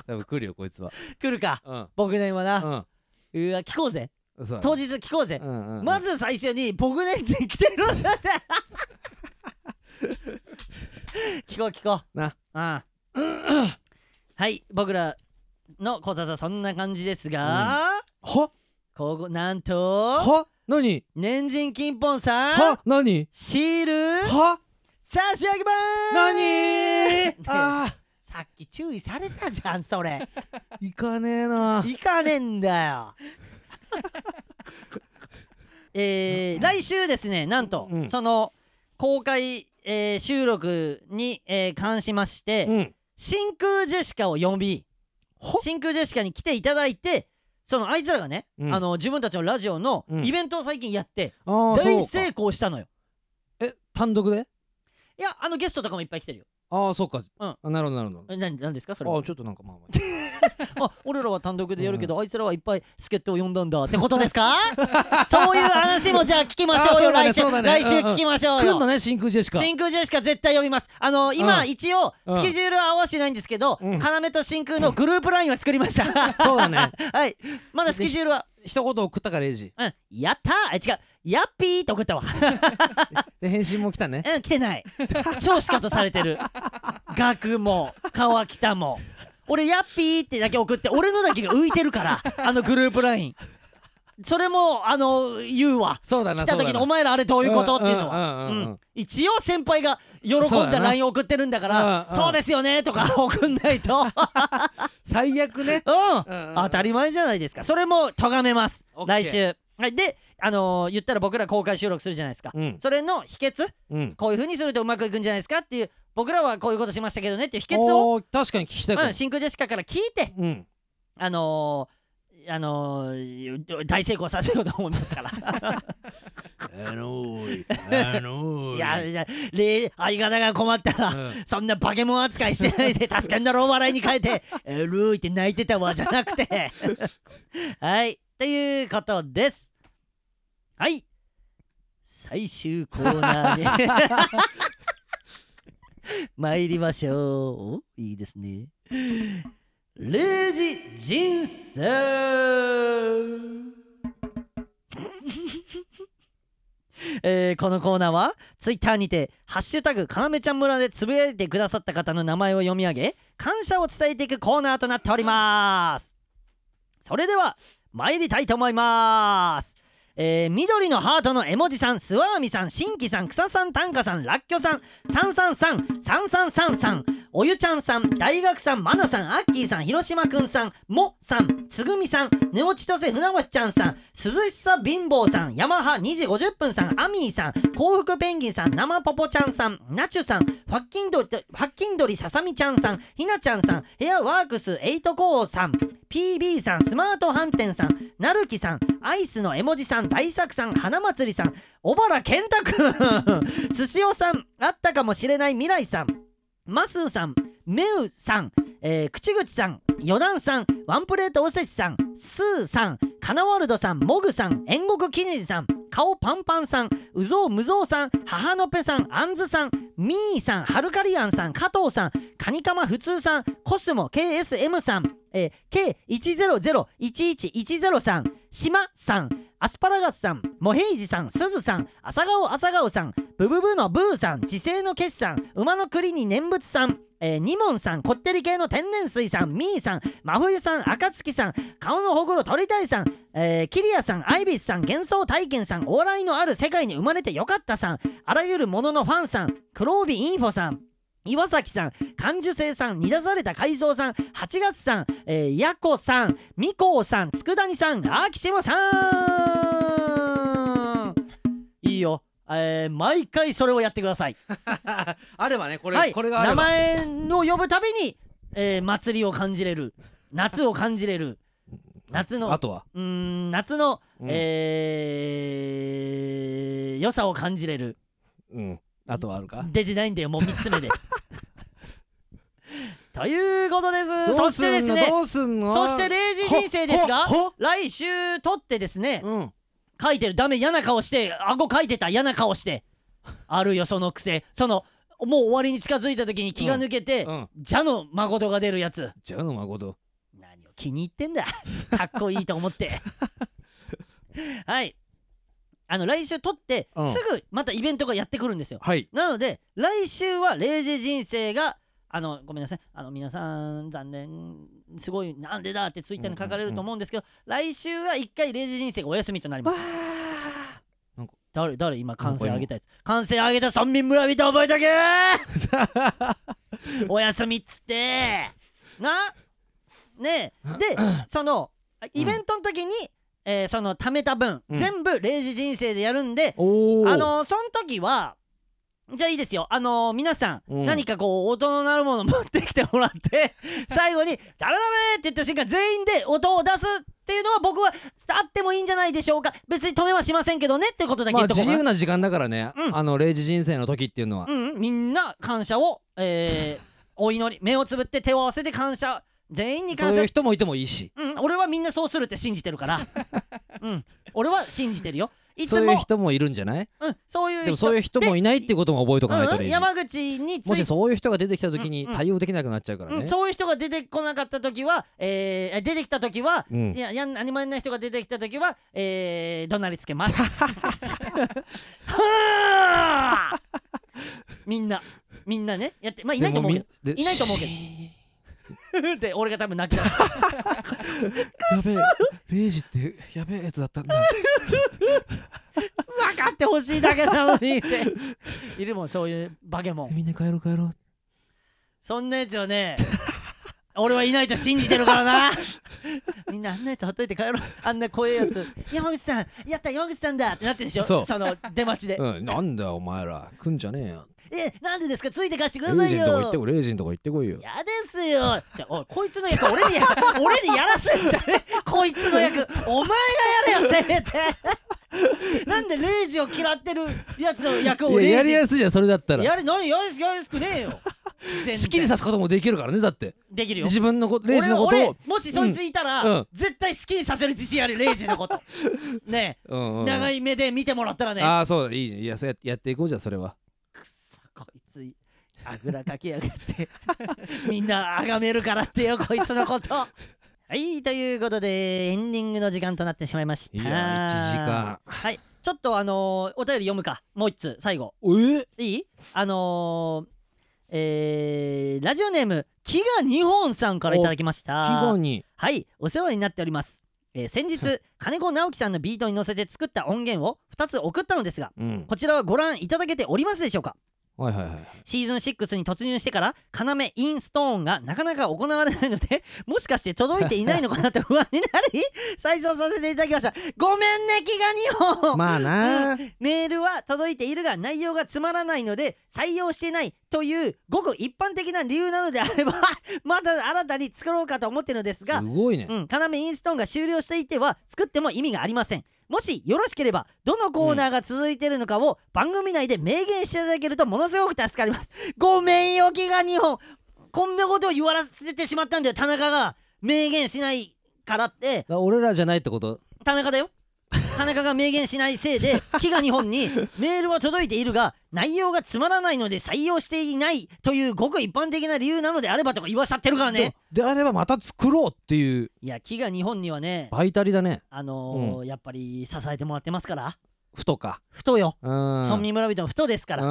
C: 多分来るよこいつは
A: 来るか
C: うん
A: 僕年はな、
C: う
A: うわ聞こうぜ
C: んそうだね
A: 当日聞こうぜ、
C: うんうんうん
A: まず最初に僕年人来てるん だって聞こう聞こう
C: な
A: ああはい僕らの講座はそんな感じですが、
C: は
A: ここなんと
C: は何
A: 年人金本さん
C: は何
A: シール
C: は
A: 差し上げま
C: 何
A: え
C: あ
A: すさっき注意されたじゃんそれ
C: ー行かねえない
A: かねえんだ よえー、来週ですねなんと、
C: うん
A: その公開、えー収録に、えー関しまして、
C: うん
A: 真空ジェシカを呼び
C: ほ
A: 真空ジェシカに来ていただいてそのあいつらがね、
C: うん
A: あの自分たちのラジオの
C: うん
A: イベントを最近やって、
C: あー
A: 大
C: そう
A: 成
C: か
A: 功したのよ
C: え単独で
A: いやあのゲストとかもいっぱい来てるよ
C: ああそうか
A: うん
C: あなるほどなるほ
A: え何何ですか それ
C: どあ
A: は
C: あちょっとなんかまあま
A: あ俺らは単独でやるけど、あいつらはいっぱい助っ人を呼んだんだってことですかそういう話もじゃあ聞きましょうよ
C: あそうだね
A: 来週、
C: そ
A: 来週
C: うだねうんうん
A: 聞きましょ
C: あ
A: う
C: 来
A: よ、
C: んのね真空ジェシカ
A: 真空ジェシカ絶対呼びますあの今、
C: うん
A: 一応スケジュールは合わせてないんですけど、
C: うん
A: 要と真空のグループラインは作りました、
C: そうだね
A: はいまだスケジュールは
C: 一言送ったからエイジ
A: うんやったーあ違うやっぴーって送ったわ
C: で返信も来た ね
A: うん来てない超シカとされてるガクも川北も俺ヤッピーってだけ送って俺のだけが浮いてるからあのグループラインそれもあの言うわ
C: そうだな
A: 来た
C: そう
A: 時
C: だ
A: の
C: な
A: お前らあれどういうことっていうのは
C: うんうんうんうん
A: うん一応先輩が喜ん
C: そう
A: だ
C: だな
A: LINE 送ってるんだから
C: うんうん
A: そうですよねとか送んない とうん
C: 最悪ねうんうん
A: 当たり前じゃないですかそれも咎めます
C: オッケー
A: 来週はいであのー言ったら僕ら公開収録するじゃないですか
C: うん
A: それの秘訣
C: うん
A: こういう風にするとうまくいくんじゃないですかっていう僕らはこういうことしましたけどねっていう秘訣を、
C: おー確かに聞きたいか
A: う
C: も
A: ん、真空ジェシカから聞いて
C: うん
A: あのーあのー大成功させようと思いますから
B: あのーい、あのー
A: いやいや例相方が困ったら、
C: うん
A: そんなバケモン扱いしてないで助けんだろう笑いに変え て「えるーい」って泣いてたわじゃなくてはいということですはい最終コーナ ーに参りましょういいですね0時人生えーこのコーナーはツイッターにて「ハッシュタグかなめちゃん村」でつぶやいてくださった方の名前を読み上げ感謝を伝えていくコーナーとなっておりますそれでは参りたいと思いますえー緑のハートの絵文字さん、スワーミさん、新規さん、草さん、短歌さん、ラッキョさん、さんさんさん、さんさんさんさん、おゆちゃんさん、大学さん、まなさん、アッキーさん、広島くんさん、もさん、つぐみさん、ねおちとせ船橋ちゃんさん、涼しさ貧乏さん、ヤマハ2時50分さん、アミーさん、幸福ペンギンさん、生ポポちゃんさん、ナチュさん、ファッキンドリ、ファッキンドリささみちゃんさん、ひなちゃんさん、ヘアワークスエイトコーさん、PB さん、スマート飯店さん、なるきさん、アイスの絵文字さん、大作さん、花祭りさん、小原健太くん、 すしおさん、あったかもしれない未来さん、マスーさん、メウさん、えー、口口さん、ヨダンさん、ワンプレートおせちさん、スーさん、カナワルドさん、モグさん、煉獄記念さん、顔パンパンさん、うぞうむぞうさん、母のぺさん、あんずさん、みーさん、はるかりやんさん、加藤さん、カニカマふつうさん、コスモ KSM さん、えー、K1001110 さん、しまさん、アスパラガスさん、モヘイジさん、すずさん、朝顔朝顔さん、ブブブのブーさん、自生の決算、馬の栗に念仏さん、えー、ニモンさん、こってり系の天然水さん、ミーさん、真冬さん、暁さん、顔のほぐろ鳥大さん、えー、キリアさん、アイビスさん、幻想体験さん、お笑いのある世界に生まれてよかったさん、あらゆるもののファンさん、クロービインフォさん、岩崎さん、感受性さん、煮出された海藻さん、八月さん、えー、やこさん、みこうさん、佃煮さん、あきしもさんいいよ、えー、毎回それをやってください。
D: あればねこれ、
A: はい、
D: これがあれ
A: 名
D: ば
A: 前を呼ぶたびに、えー、祭りを感じれる、夏を感じれる、夏の
C: あとは
A: うーん、夏の、
C: うん
A: えー、良さを感じれる。
C: うんあとはあるか
A: 出てないんだよもう3つ目で ということです
C: ど
A: そうし
C: す
A: てで
C: ん
A: す
C: の
A: ね
C: どうすんの
A: そして0時人生ですが
C: ほほ
A: 来週撮ってですね
C: うん
A: 書いてるダメ嫌な顔して顎書いてた嫌な顔してあるよその癖そのもう終わりに近づいた時に気が抜けて
C: うん
A: 「じゃ」の誠が出るやつ
C: じゃあの誠
A: 何を気に入って んだかっこいいと思ってはいあの来週撮って
C: うん
A: すぐまたイベントがやってくるんですよ
C: はい
A: なので来週は「0時人生が」あのごめんなさいあの皆さん残念すごいなんでだってツイッターに書かれると思うんですけど、来週は一回「0時人生」がお休みとなります。
C: なんか
A: 誰誰今
C: か今
A: 歓声上げたやつ歓声上げた村民村人覚えとけ ーお休みっつってなねえでそのイベントの時に、えーその貯めた分、
C: うん
A: 全部「0時人生」でやるんで
C: おお
A: あのーその時はじゃあいいですよあのー皆さん、
C: うん
A: 何かこう音のなるもの持ってきてもらって 最後に「ダラダラーって言った瞬間全員で音を出すっていうのは僕はあってもいいんじゃないでしょうか別に止めはしませんけどねってことだけ
C: ま
A: 言
C: あ
A: っとこう
C: 自
A: かな
C: 由な時間だからね
A: うん
C: あの0時人生の時っていうのは
A: うんうんみんな感謝を、え ーお祈り目をつぶって手を合わせて感謝全員に
C: そう
A: 感謝
C: いう人もいてもいいし
A: うん、俺はみんなそうするって信じてる から、うん、俺は信じてるよい
C: そ
A: つ
C: ういう
A: も
C: 人もいるんじゃない
A: うんそういう
C: で
A: 人
C: もそういう人もいないっていうことも覚えとかない
A: う
C: と
A: ん
C: 0
A: うん
C: 時
A: 山口につ
C: も
A: いて
C: しそういう人が出てきた時に
A: うんうん
C: 対応できなくなっちゃうから
A: う
C: ね
A: ん、そういう人が出てこなかった時は、えー、出てきた時は、
C: うん
A: いややん何もやんない人が出てきた時は、えー、怒鳴りつけます はあみんなみんなねやってまあいないと思うけどいないと思うけどふふ って俺が多分泣きだす
C: やべえ0時ってやべえやつだった んだ
A: 分かってほしいだけなのにって いるもんそういうバケモン
C: みんな帰ろう帰ろう
A: そんなやつはね俺はいないと信じてるからなみんなあんなやつほっといて帰ろうあんな怖えやつ山口さんやった山口さんだってなってるでしょ
C: そう
A: の出待ちで
C: うん、なんだよお前ら来んじゃねえよ
A: えなんでですかついて貸してくだ
C: 0
A: さい
C: 時のとこ行って
A: よ
C: こい0時のとこ行ってこいよ
A: やですよじゃおいこいつの役俺にや俺にやらせんじゃねえこいつの役お前がやれよせめてなんでレイジを嫌ってるやつの役を
C: い
A: レイ
C: や
A: ジ
C: やりやすいじゃんそれだったら
A: やれ何やりやすくねえよ全然
C: 好きで刺すこともできるからねだって
A: できるよ
C: 自分のこと0時のこと
A: 俺
C: を
A: 俺もしそいついたら、
C: うんうん
A: 絶対好きにさせる自信あるレイジのこと ねえ、
C: うんうん
A: 長い目で見てもらったらね
C: ああそうだいいじゃんいやそうややっていこうじゃんそれは
A: くっそこいつあぐらかきやがって みんなあがめるからってよこいつの ことはいということでエンディングの時間となってしまいました
C: いやー1時間
A: はいちょっとあのーお便り読むかもう一つ最後
C: え
A: いいあのーえーラジオネームキガニホンさんからいただきました
C: 季語に
A: はいお世話になっております、えー先日金子直樹さんのビートに乗せて作った音源を2つ送ったのですが
C: うん
A: こちらはご覧いただけておりますでしょうか
C: はいはいはい
A: シーズン6に突入してから要インストーンがなかなか行われないのでもしかして届いていないのかなと不安になり再送させていただきましたごめんねキガニホン
C: まあな
A: メールは届いているが内容がつまらないので採用してないというごく一般的な理由なのであればまた新たに作ろうかと思っているのですが
C: すごいね
A: うん、要インストーンが終了していては作っても意味がありませんもしよろしければどのコーナーが続いているのかを番組内で明言していただけるとものすごく助かりますごめんよ気が日本こんなことを言わせてしまったんだよ田中が明言しないからって
C: だ俺らじゃないってこと
A: 田中だよ田中が明言しないせいで飢餓日本にメールは届いているが内容がつまらないので採用していないというごく一般的な理由なのであればとか言わしちゃってるからね
C: でであればまた作ろうっていう
A: いや飢餓日本にはね
C: バイタリだね
A: あのーやっぱり支えてもらってますから
C: ふとか
A: ふとよ、
C: うん
A: 村民村人のふとですから、
C: う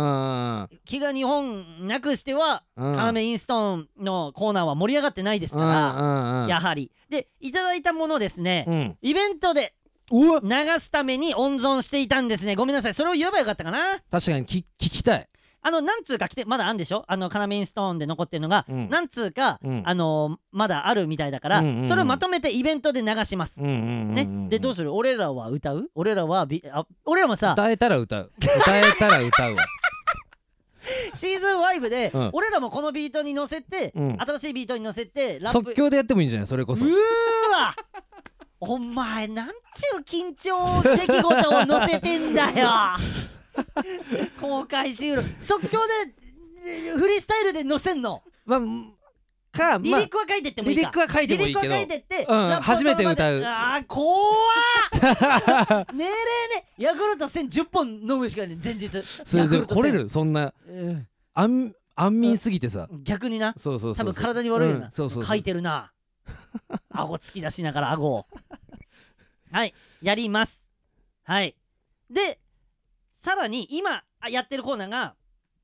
C: ん
A: 気が日本なくしては、
C: うん
A: 要インストーンのコーナーは盛り上がってないです
C: う
A: か
C: ん
A: ら、
C: うんうん
A: やはりでいただいたものをですね、
C: うん
A: イベントで
C: うわ
A: 流すために温存していたんですねごめんなさいそれを言えばよかったかな
C: 確かにき聞きたい
A: あの何通か来てまだあるんでしょあの要インストーンで残ってるのが、
C: うん
A: 何通か、
C: うん
A: あのーまだあるみたいだから、
C: うんうんうん
A: それをまとめてイベントで流します、
C: うんうんうんうん
A: ね、でどうする俺らは歌う俺らはビあ俺らもさ
C: 歌えたら歌う歌えたら歌うわ
A: シーズン5で、
C: うん
A: 俺らもこのビートに乗せて、
C: うん
A: 新しいビートに乗せて ラップ
C: 即興でやってもいいんじゃないそれこそう
A: ーわお前なんちゅう緊張出来事を乗せてんだ よ公開収録即興でえフリースタイルで乗せんの
C: まあんか
A: リ
C: ま
A: リ
C: あ
A: ックは書いてってもいいか
C: リリックは書いてもいいけど
A: リリックは書いてって、
C: うん
A: ラップはその場で
C: 初めて歌う
A: あー怖 っねえねえねヤクルト1010本飲むしかない前日
C: それで
A: ヤクルト1000
C: 来れるそんな
A: うん
C: 安安眠すぎてさ
A: 逆にな
C: そうそうそ
A: 多
C: う
A: 分体に悪いよな、
C: うんそうそうそう
A: 書いてるな顎突き出しながら顎 をはいやりますはいでさらに今あやってるコーナーが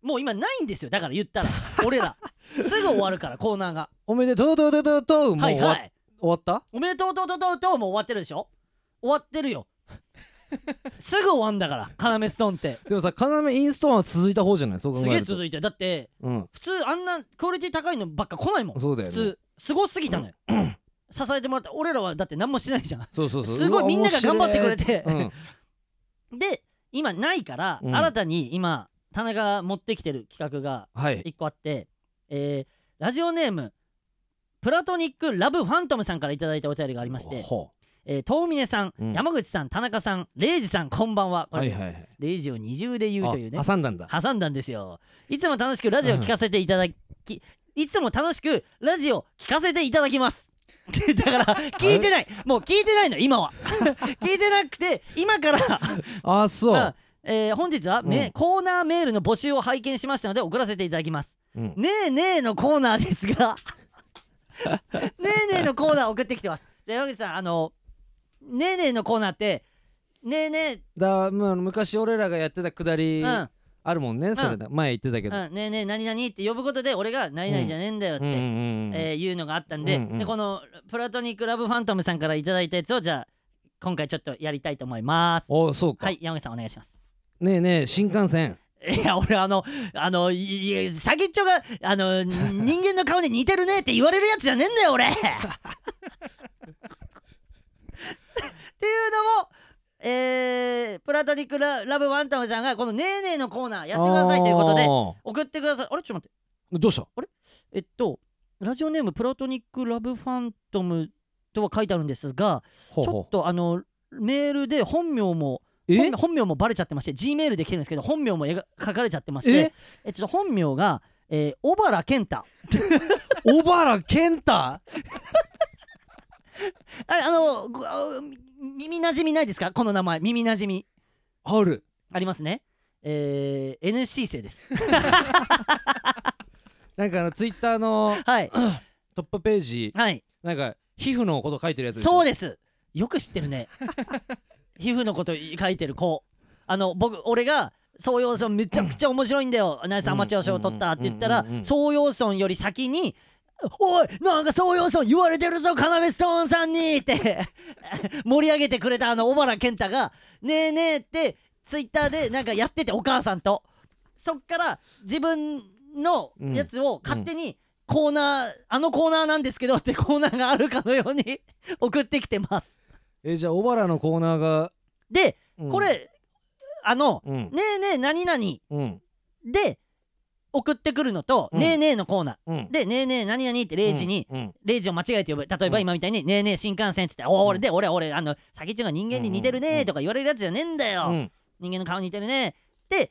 A: もう今ないんですよだから言ったら俺 らすぐ終わるからコーナーが
C: おめでとうとうとうとうとうもう
A: は
C: 終
A: い
C: わ,、
A: はい
C: 終わった
A: おめでとうとうとうとうとうもう終わってるでしょ終わってる よすぐ終わんだからカナメストーンって
C: でもさ要インストーンは続いた方じゃないそう考
A: す
C: え
A: げえ
C: ると
A: 続いてるだって
C: うん
A: 普通あんなクオリティ高いのばっか来ないもん
C: そうだよ
A: 普
C: ね
A: 通すごすぎ たのよ支えてもらった俺らはだって何もしてないじゃん
C: そうそうそう
A: すごいみんなが頑張ってくれて
C: うわ面白い
A: で今ないから、
C: うん
A: 新たに今田中が持ってきてる企画が
C: うんはい
A: 一個あって、えーラジオネームプラトニック・ラブ・ファントムさんからいただいたお便りがありまして、
C: ほ
A: えー、遠峰さん、
C: うん
A: 山口さん田中さんレイジさんこんばんは
C: う
A: こ
C: はい
A: れ、
C: はいはい
A: レイジを二重で言うというね
C: あ挟んだんだ
A: 挟んだんですよいつも楽しくラジオ聞かせていただき、いつも楽しくラジオ聞かせていただきます だから聞いてないもう聞いてないの今は 聞いてなくて今から
C: あそう
A: うんえー本日はめ、
C: うん
A: コーナーメールの募集を拝見しましたので送らせていただきます
C: うん
A: ねえねえのコーナーですが ねえねえのコーナー送ってきてますじゃあ山口さんあのねえねえのコーナーってねえね
C: だまあ昔俺らがやってたくだ
A: え、
C: り
A: うん
C: あるもんねそれだ前言ってたけど
A: うん、ねえねえ何々って呼ぶことで俺が「何々じゃねえんだよ」って、
C: うんうんうん
A: えーいうのがあったんで,、
C: うんうん
A: でこのプラトニック・ラブ・ファントムさんからいただいたやつをじゃあ今回ちょっとやりたいと思います
C: おそうか
A: はい山口さんお願いします
C: ねえねえ新幹線
A: いや俺あのあのいい先っちょがあ の人間の顔に似てるねって言われるやつじゃねえんだよ俺っていうのもえー、プラトニックラ・ラブ・ファントムさんがこの「ねえねえ」のコーナーやってくださいということで
C: あ
A: 送ってくださいあれちょっと待って
C: ーどうした
A: えっと、ラジオネームプラトニック・ラブ・ファントムとは書いてあるんですが、
C: ほう
A: ちょ
C: ほ
A: っ
C: う
A: とあのメールで本名も
C: え
A: 本本名もバレちゃってまして、G メールで来てるんですけど、本名も描書かれちゃってまし
C: え
A: て、えちょっと本名が、えー小原健太。
C: 小原健太
A: ああのごあみ耳なじみないですか、この名前、耳なじみ
C: ある
A: ありますね。えー NC 生です。
C: なんかあのツイッターの
A: はい、
C: トップページ
A: はい、
C: なんか皮膚のこと書いてるやつ
A: そう
C: で
A: です。よく知ってるね。皮膚のこと書いてる子。あの僕俺が総陽村めちゃくちゃ面白いんだよ、ナイスアマチュア賞を取ったって言ったら、
C: うんうんうんうん
A: 総陽村より先に「おいなんか総陽村言われてるぞ要ストーンさんに!」って 盛り上げてくれたあの小原健太が「ねえねえ」ってツイッターでなんかやっててお母さんとそっから自分のやつを勝手にコーナー、あのコーナーなんですけどってコーナーがあるかのように 送ってきてます
C: えじゃあ小原のコーナーが、
A: で
C: うん
A: これ、あの「
C: うん
A: ねえねえ何々」
C: うん
A: で送ってくるのと「
C: うん
A: ねえねえ」のコーナ
C: うん
A: ーで「ねえねえ何々」って0時に
C: うん
A: 0時を間違えて呼ぶ例え
C: う
A: ば
C: ん
A: 今みたいに「ねえねえ新幹線」って言って「おお俺で俺俺あの先っちょが人間に似てるね」とか言われるやつじゃねえんだ
C: う
A: よ、
C: ん
A: 人間の顔似てるねって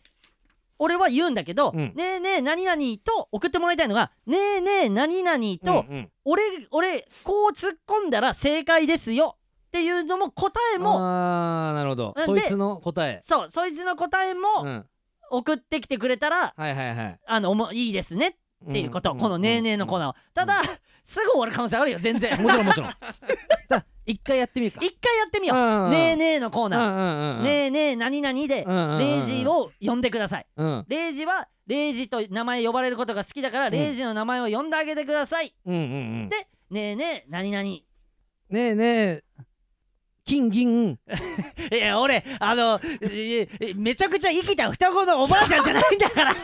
A: 俺は言うんだけど「
C: うん
A: ねえねえ何々」と送ってもらいたいのが「ねえねえ何々」と
C: うんうん
A: 俺俺こう突っ込んだら正解ですよっていうのも答えも
C: ああなるほど
A: うんで
C: そいつの答え
A: そうそいつの答え
C: う
A: も
C: ん
A: 送ってきてくれたら
C: はいはいはい
A: あのおもいいですねっていうこと、
C: ん
A: この「ねえねえ」のコーナーは、ただ、すぐ終わる可能性あるよ全然
C: もちろんもちろん だ一回やってみるか
A: 一回やってみよ
C: う
A: う「
C: ん
A: ねえねえ」のコーナー「
C: ー
A: ねえねえ何々」で「レイジ」を呼んでください
C: うん
A: レイジはレイジと名前呼ばれることが好きだから、
C: ん
A: レイジの名前を呼んであげてください
C: うんうんうん
A: でねえねえ何々い
C: ねえねえ金銀
A: や俺あのええめちゃくちゃ生きた双子のおばあちゃんじゃないんだから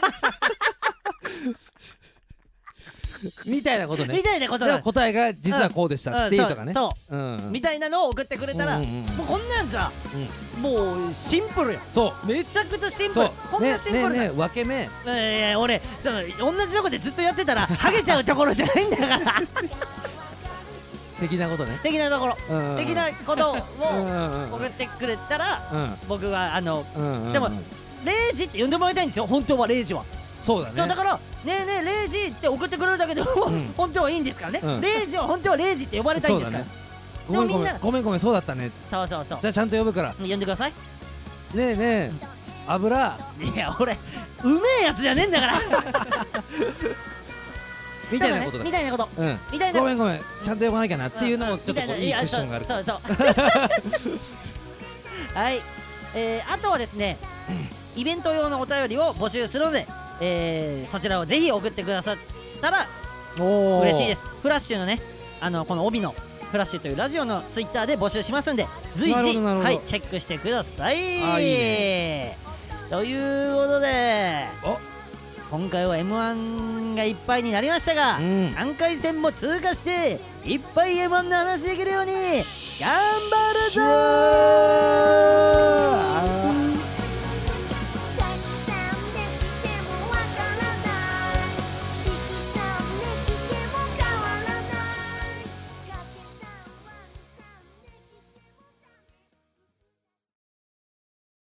C: みたいなこと ね
A: みたいなこと
C: で
A: だ
C: も答えが実はこうでしたっていうとかね
A: そう
C: う
A: そ
C: ん
A: うみたいなのを送ってくれたら、
C: うんうんうん
A: もうこんなんさ、もうシンプルよ
C: そ
A: めちゃくちゃシン
C: う
A: プ
C: そ
A: ル
C: う
A: こん
C: ね
A: なシンプ
C: ね
A: ル
C: え
A: な、
C: ねえ分け目
A: えー、俺その同じとこでずっとやって たらハゲちゃうところじゃないんだから
C: 的なことね
A: 的なところ
C: うんうん
A: 的なことを
C: うんうん
A: 送ってくれたら
C: うん
A: 僕はあの
C: うんうん
A: でもレイジって呼んでもらいたいんですよ本当はレイジは、
C: そうだ
A: でもだ
C: ね
A: から「ねえねえレイジ」って送ってくれるだけでも、
C: ん
A: 本当はいいんですからね、
C: うん
A: レイジは本当はレイジって呼ばれたいん
C: そう
A: ですか
C: だ
A: ら
C: ね
A: そう,、
C: ごめん
A: でもみ
C: ご
A: ん
C: め
A: なん
C: ごめんごめんそうだったね
A: そうそう
C: じゃあちゃんと呼ぶから
A: 呼んでください
C: ねえねえ油
A: いや俺うめえやつじゃねえんだから
C: みたいなこと
A: だからねみ
C: だ
A: たいなこと
C: うん
A: みたいな
C: ごめんごめんちゃんと呼ばなきゃなっていうのもちょっとこういいクッションがある
A: そうそうそう はい、えーあとはですねイベント用のお便りを募集するので、えーそちらをぜひ送ってくださったら
C: おー
A: 嬉しいですフラッシュのねあのこの帯のフラッシュというラジオのツイッターで募集しますんで随
C: なるほ
A: 時
C: どなるほど
A: はいチェックしてください
C: あーいい
A: ということで
C: お
A: 今回は m 1がいっぱいになりましたが、
C: うん
A: 3回戦も通過していっぱい m 1の話できるように頑張るぞー